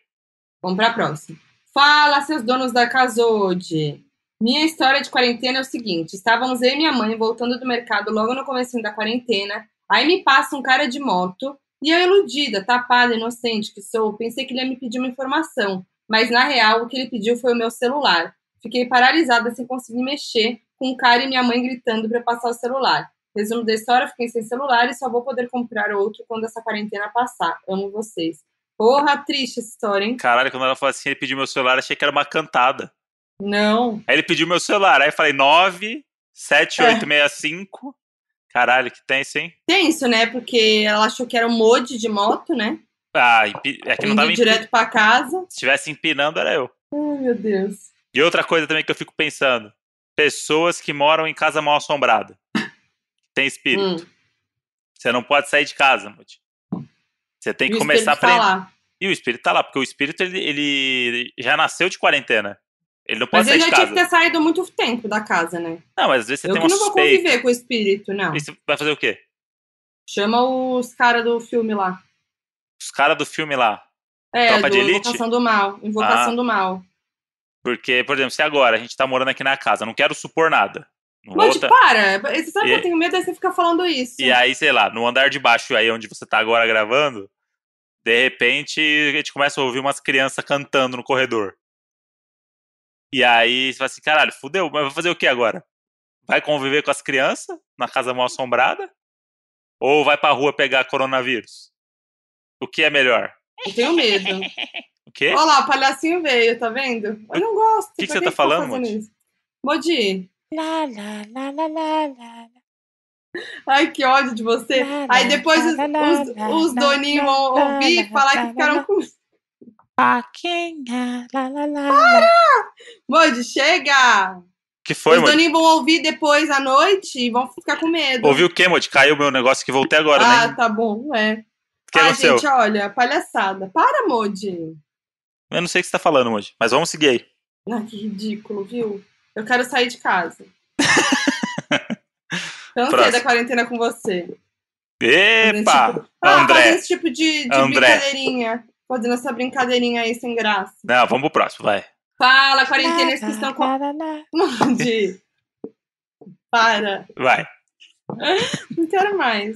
B: Vamos para a próxima. Fala, seus donos da Casode. Minha história de quarentena é o seguinte: estávamos eu e minha mãe voltando do mercado logo no comecinho da quarentena. Aí me passa um cara de moto e eu, iludida, tapada, inocente que sou, pensei que ele ia me pedir uma informação, mas na real o que ele pediu foi o meu celular. Fiquei paralisada sem conseguir mexer, com o cara e minha mãe gritando para passar o celular. Resumo da história, fiquei sem celular e só vou poder comprar outro quando essa quarentena passar. Amo vocês. Porra, triste essa história, hein?
A: Caralho, quando ela falou assim, ele pediu meu celular, achei que era uma cantada.
B: Não.
A: Aí ele pediu meu celular, aí eu falei 9, 7,
B: É.
A: 8, 6, 5. Caralho, que tenso, hein?
B: Tenso, né? Porque ela achou que era um mod de moto, né?
A: Ah, empi- é que não
B: Indo
A: tava empi...
B: direto pra casa.
A: Se tivesse empinando, era eu.
B: Ai, meu Deus.
A: E outra coisa também que eu fico pensando: pessoas que moram em casa mal assombrada. Tem espírito.
B: Hum,
A: Você não pode sair de casa, Muti. Você tem
B: e
A: que
B: o
A: começar a
B: espelho tá
A: aprender.
B: lá.
A: E o espírito tá lá, porque o espírito ele, ele já nasceu de quarentena. Ele não pode
B: Mas
A: sair
B: ele
A: de
B: já
A: casa.
B: tinha que ter saído muito tempo da casa, né?
A: Não, mas às vezes você
B: Eu
A: tem
B: que
A: uma
B: não vou
A: suspeita.
B: conviver com o espírito, não.
A: E você vai fazer o quê?
B: Chama os caras do filme lá.
A: Os caras do filme lá.
B: É,
A: Tropa
B: do
A: de Elite?
B: Invocação do Mal. Invocação
A: Ah.
B: do Mal.
A: Porque, por exemplo, se agora a gente tá morando aqui na casa, não quero supor nada. Não
B: Mas
A: vou tá-
B: para! Você sabe que
A: E-
B: eu tenho medo de você ficar falando isso.
A: E aí, sei lá, no andar de baixo aí onde você tá agora gravando, de repente a gente começa a ouvir umas crianças cantando no corredor. E aí você fala assim, caralho, fudeu, mas vou fazer o que agora? Vai conviver com as crianças na casa mal assombrada? Ou vai pra rua pegar coronavírus? O que é melhor?
B: Eu tenho medo.
A: O quê?
B: Olha lá, o palhacinho veio, tá vendo? Eu não gosto.
A: que que
B: pra
A: você tá
B: ficar
A: falando,
B: fazendo
A: Modi?
B: isso? Modi,
C: Lá, lá, lá, lá, lá, lá.
B: ai que ódio de você.
C: Lá,
B: É, Aí
C: lá,
B: depois os,
C: lá, lá,
B: os-
C: lá,
B: os
C: lá,
B: doninhos vão
C: lá,
B: ouvir e
C: lá,
B: falar
C: lá,
B: que ficaram
C: lá.
B: com.
C: Paquinha, lá, lá, lá, lá.
B: Modi, chega!
A: que foi,
B: os
A: mano?
B: doninhos vão ouvir depois à noite e vão ficar com medo.
A: Ouviu o quê, Modi? Caiu meu negócio que voltei agora,
B: ah,
A: né?
B: tá bom, é.
A: O que
B: ah,
A: aconteceu?
B: gente, olha, palhaçada. Para, Modi.
A: Eu não sei o que você tá falando, Modi, mas vamos seguir aí.
B: Ah, que ridículo, viu? Eu quero sair de casa. Cansei
A: Próximo.
B: da quarentena com você. Fazendo esse
A: Epa!
B: tipo- Ah,
A: André.
B: fazendo esse tipo de, de
A: André.
B: brincadeirinha. Fazendo essa brincadeirinha aí sem graça.
A: Não, vamos pro próximo, vai.
B: Fala, quarentenas que estão com.
C: Lá, lá, lá.
B: De... Para.
A: Vai.
B: Não quero mais.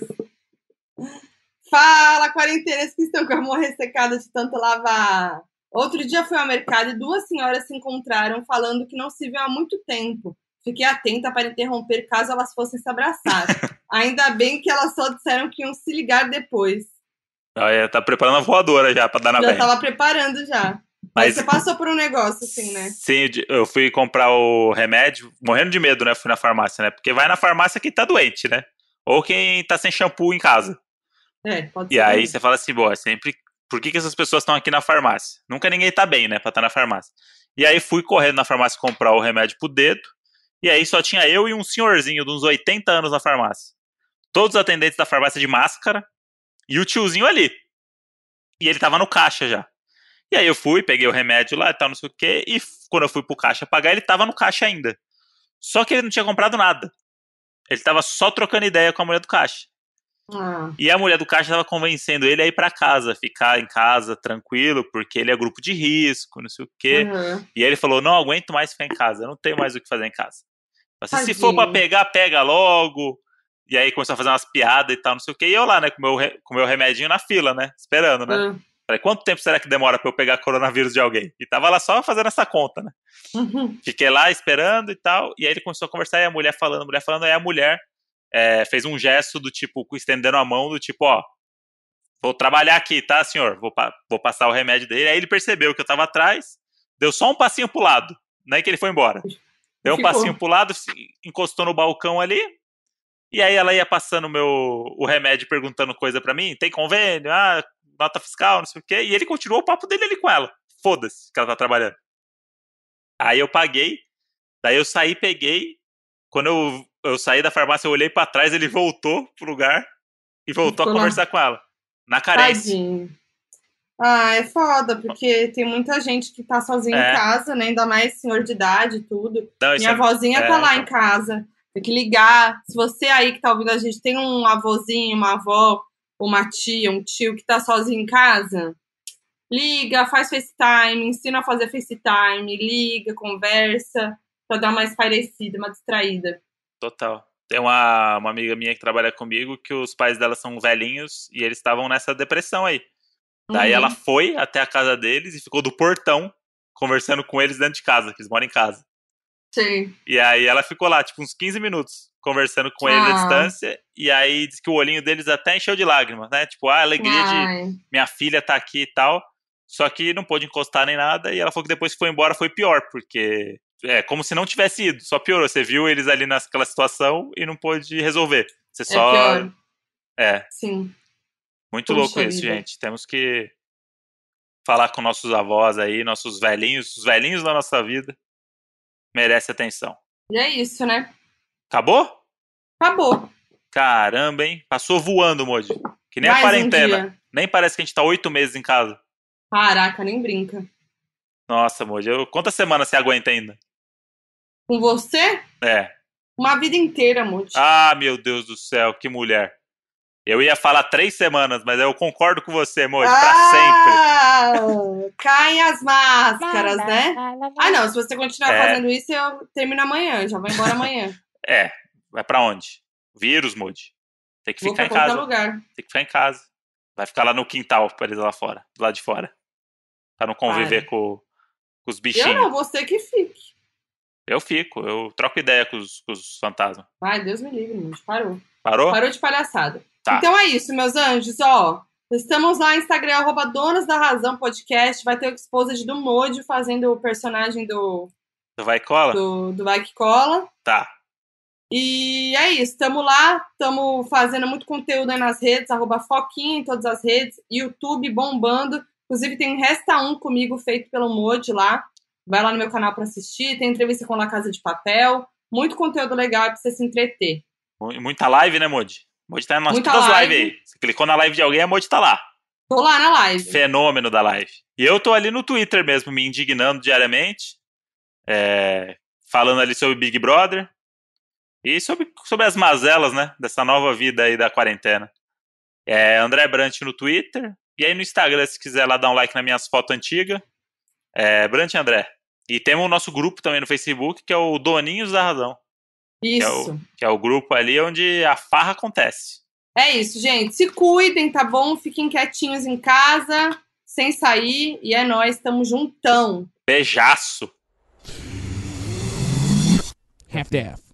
B: Fala, quarentenas que estão com a mão ressecada de tanto lavar. Outro dia fui ao mercado e duas senhoras se encontraram falando que não se viu há muito tempo. Fiquei atenta para interromper caso elas fossem se abraçar. Ainda bem que elas só disseram que iam se ligar depois.
A: Olha, tá preparando a voadora já pra dar na
B: já
A: velha.
B: tava preparando já.
A: Tá Mas-
B: Mas você passou por um negócio assim, né?
A: Sim, eu fui comprar o remédio, morrendo de medo, né? Fui na farmácia, né? Porque vai na farmácia quem tá doente, né? Ou quem tá sem shampoo em casa.
B: É, pode
A: E
B: ser.
A: aí
B: também.
A: você fala assim, boa, sempre. Por que, que essas pessoas estão aqui na farmácia? Nunca ninguém tá bem, né? Pra estar na farmácia. E aí fui correndo na farmácia comprar o remédio pro dedo. E aí só tinha eu e um senhorzinho de uns 80 anos na farmácia. Todos os atendentes da farmácia de máscara e o tiozinho ali. E ele tava no caixa já. E aí eu fui, peguei o remédio lá e tal, não sei o quê. E f- quando eu fui pro caixa pagar, ele tava no caixa ainda. Só que ele não tinha comprado nada. Ele tava só trocando ideia com a mulher do caixa.
B: Ah,
A: E a mulher do caixa tava convencendo ele a ir pra casa, ficar em casa tranquilo, porque ele é grupo de risco, não sei o quê.
B: aham.
A: E aí ele falou: não aguento mais ficar em casa, eu não tenho mais o que fazer em casa. Eu falei assim, se for
B: Tadinho.
A: pra pegar, pega logo. E aí começou a fazer umas piadas e tal, não sei o quê. E eu lá, né, com meu, re- com meu remedinho na fila, né? Esperando, né?
B: Ah.
A: Falei, quanto tempo será que demora pra eu pegar coronavírus de alguém? E tava lá só fazendo essa conta, né?
B: Uhum.
A: Fiquei lá esperando e tal. E aí ele começou a conversar e a mulher falando, a mulher falando. Aí a mulher eh, fez um gesto do tipo, estendendo a mão, do tipo, ó, vou trabalhar aqui, tá, senhor? Vou, pa- vou passar o remédio dele. Aí ele percebeu que eu tava atrás, deu só um passinho pro lado. Não é que ele foi embora. Deu um
B: Ficou.
A: passinho pro lado, se- encostou no balcão ali. E aí ela ia passando o meu, o remédio, perguntando coisa pra mim. Tem convênio? Ah, nota fiscal, não sei o quê. E ele continuou o papo dele ali com ela. Foda-se que ela tá trabalhando. Aí eu paguei. Daí eu saí, peguei. Quando eu, eu saí da farmácia, eu olhei pra trás, ele voltou pro lugar e voltou
B: Ficou
A: a
B: lá.
A: conversar com ela. Na carência.
B: Tadinho. Ah, é foda, porque tem muita gente que tá sozinha
A: É.
B: em casa, né? Ainda mais senhor de idade e tudo.
A: Não, isso
B: Minha
A: é-
B: avózinha
A: é,
B: tá lá
A: então.
B: em casa. Tem que ligar. Se você aí que tá ouvindo a gente tem um avôzinho, uma avó, uma tia, um tio que tá sozinho em casa, liga, faz FaceTime, ensina a fazer FaceTime, liga, conversa, pra dar uma espairecida, uma distraída.
A: Total. Tem uma, uma amiga minha que trabalha comigo que os pais dela são velhinhos e eles estavam nessa depressão aí. Daí
B: Uhum.
A: ela foi até a casa deles e ficou do portão conversando com eles dentro de casa, que eles moram em casa.
B: Sim.
A: E aí ela ficou lá, tipo, uns 15 minutos conversando com ele à
B: Ah.
A: distância. E aí diz que o olhinho deles até encheu de lágrimas, né? Tipo, ah, alegria de
B: Ai.
A: minha filha tá aqui e tal. Só que não pôde encostar nem nada. E ela falou que depois que foi embora foi pior, porque é como se não tivesse ido, só piorou. Você viu eles ali naquela situação e não pôde resolver. Você
B: É
A: só.
B: pior.
A: É,
B: Sim.
A: muito
B: Puxa
A: louco isso,
B: vida.
A: gente. Temos que falar com nossos avós aí, nossos velhinhos, os velhinhos da nossa vida. Merece atenção.
B: E é isso, né?
A: Acabou?
B: Acabou.
A: Caramba, hein? Passou voando, Moji. Que nem a
B: Mais um
A: quarentena.
B: dia.
A: nem parece que a gente tá oito meses em casa.
B: Caraca, nem brinca.
A: Nossa, Moji, eu- quantas semanas você aguenta ainda?
B: Com você,
A: É.
B: uma vida inteira, amor.
A: Ah, meu Deus do céu, que mulher. Eu ia falar três semanas, mas eu concordo com você, Moji, pra
B: Ah!
A: sempre.
B: sempre. Caem as máscaras, né? Ah, não. Se você continuar
A: É.
B: fazendo isso, eu termino amanhã. Já vou embora amanhã.
A: É, vai pra onde? Vírus, Moji. Tem que
B: vou
A: ficar
B: pra
A: em
B: qualquer
A: casa,
B: lugar.
A: tem que ficar em casa. Vai ficar lá no quintal, pra eles lá fora, do lado de fora. Pra não conviver com, com os bichinhos.
B: Eu não, você que fique.
A: Eu fico, eu troco ideia com os, com os fantasmas.
B: Ai, Deus me livre, amor. Parou.
A: Parou?
B: Parou de palhaçada.
A: Tá.
B: Então é isso, meus anjos, ó. Estamos lá no Instagram, arroba Donos da Razão Podcast. Vai ter o Exposed do Mojo fazendo o personagem do,
A: Tu vai e cola?
B: do, do Vai Que Cola.
A: Tá.
B: E é isso, estamos lá, estamos fazendo muito conteúdo aí nas redes, arroba Foquinha em todas as redes, YouTube bombando. Inclusive tem um Resta 1 comigo feito pelo Moji lá. Vai lá no meu canal pra assistir, tem entrevista com La Casa de Papel. Muito conteúdo legal aí pra você se entreter.
A: Mu- Muita live, né, Moji? Moji tá nas
B: Muita
A: todas as
B: live.
A: lives aí. Você clicou na live de alguém, a Moji tá lá.
B: Tô lá na live.
A: fenômeno da live. E eu tô ali no Twitter mesmo, me indignando diariamente, é, falando ali sobre Big Brother e sobre, sobre as mazelas, né, dessa nova vida aí da quarentena. É André Brant no Twitter e aí no Instagram, se quiser lá dar um like nas minhas fotos antigas, é Brant André. E temos o nosso grupo também no Facebook, que é o Doninhos da Razão,
B: Isso.
A: que é o grupo ali onde a farra acontece.
B: É isso, gente. Se cuidem, tá bom? Fiquem quietinhos em casa, sem sair. E é nóis, tamo juntão.
A: Beijaço!
D: half-daff.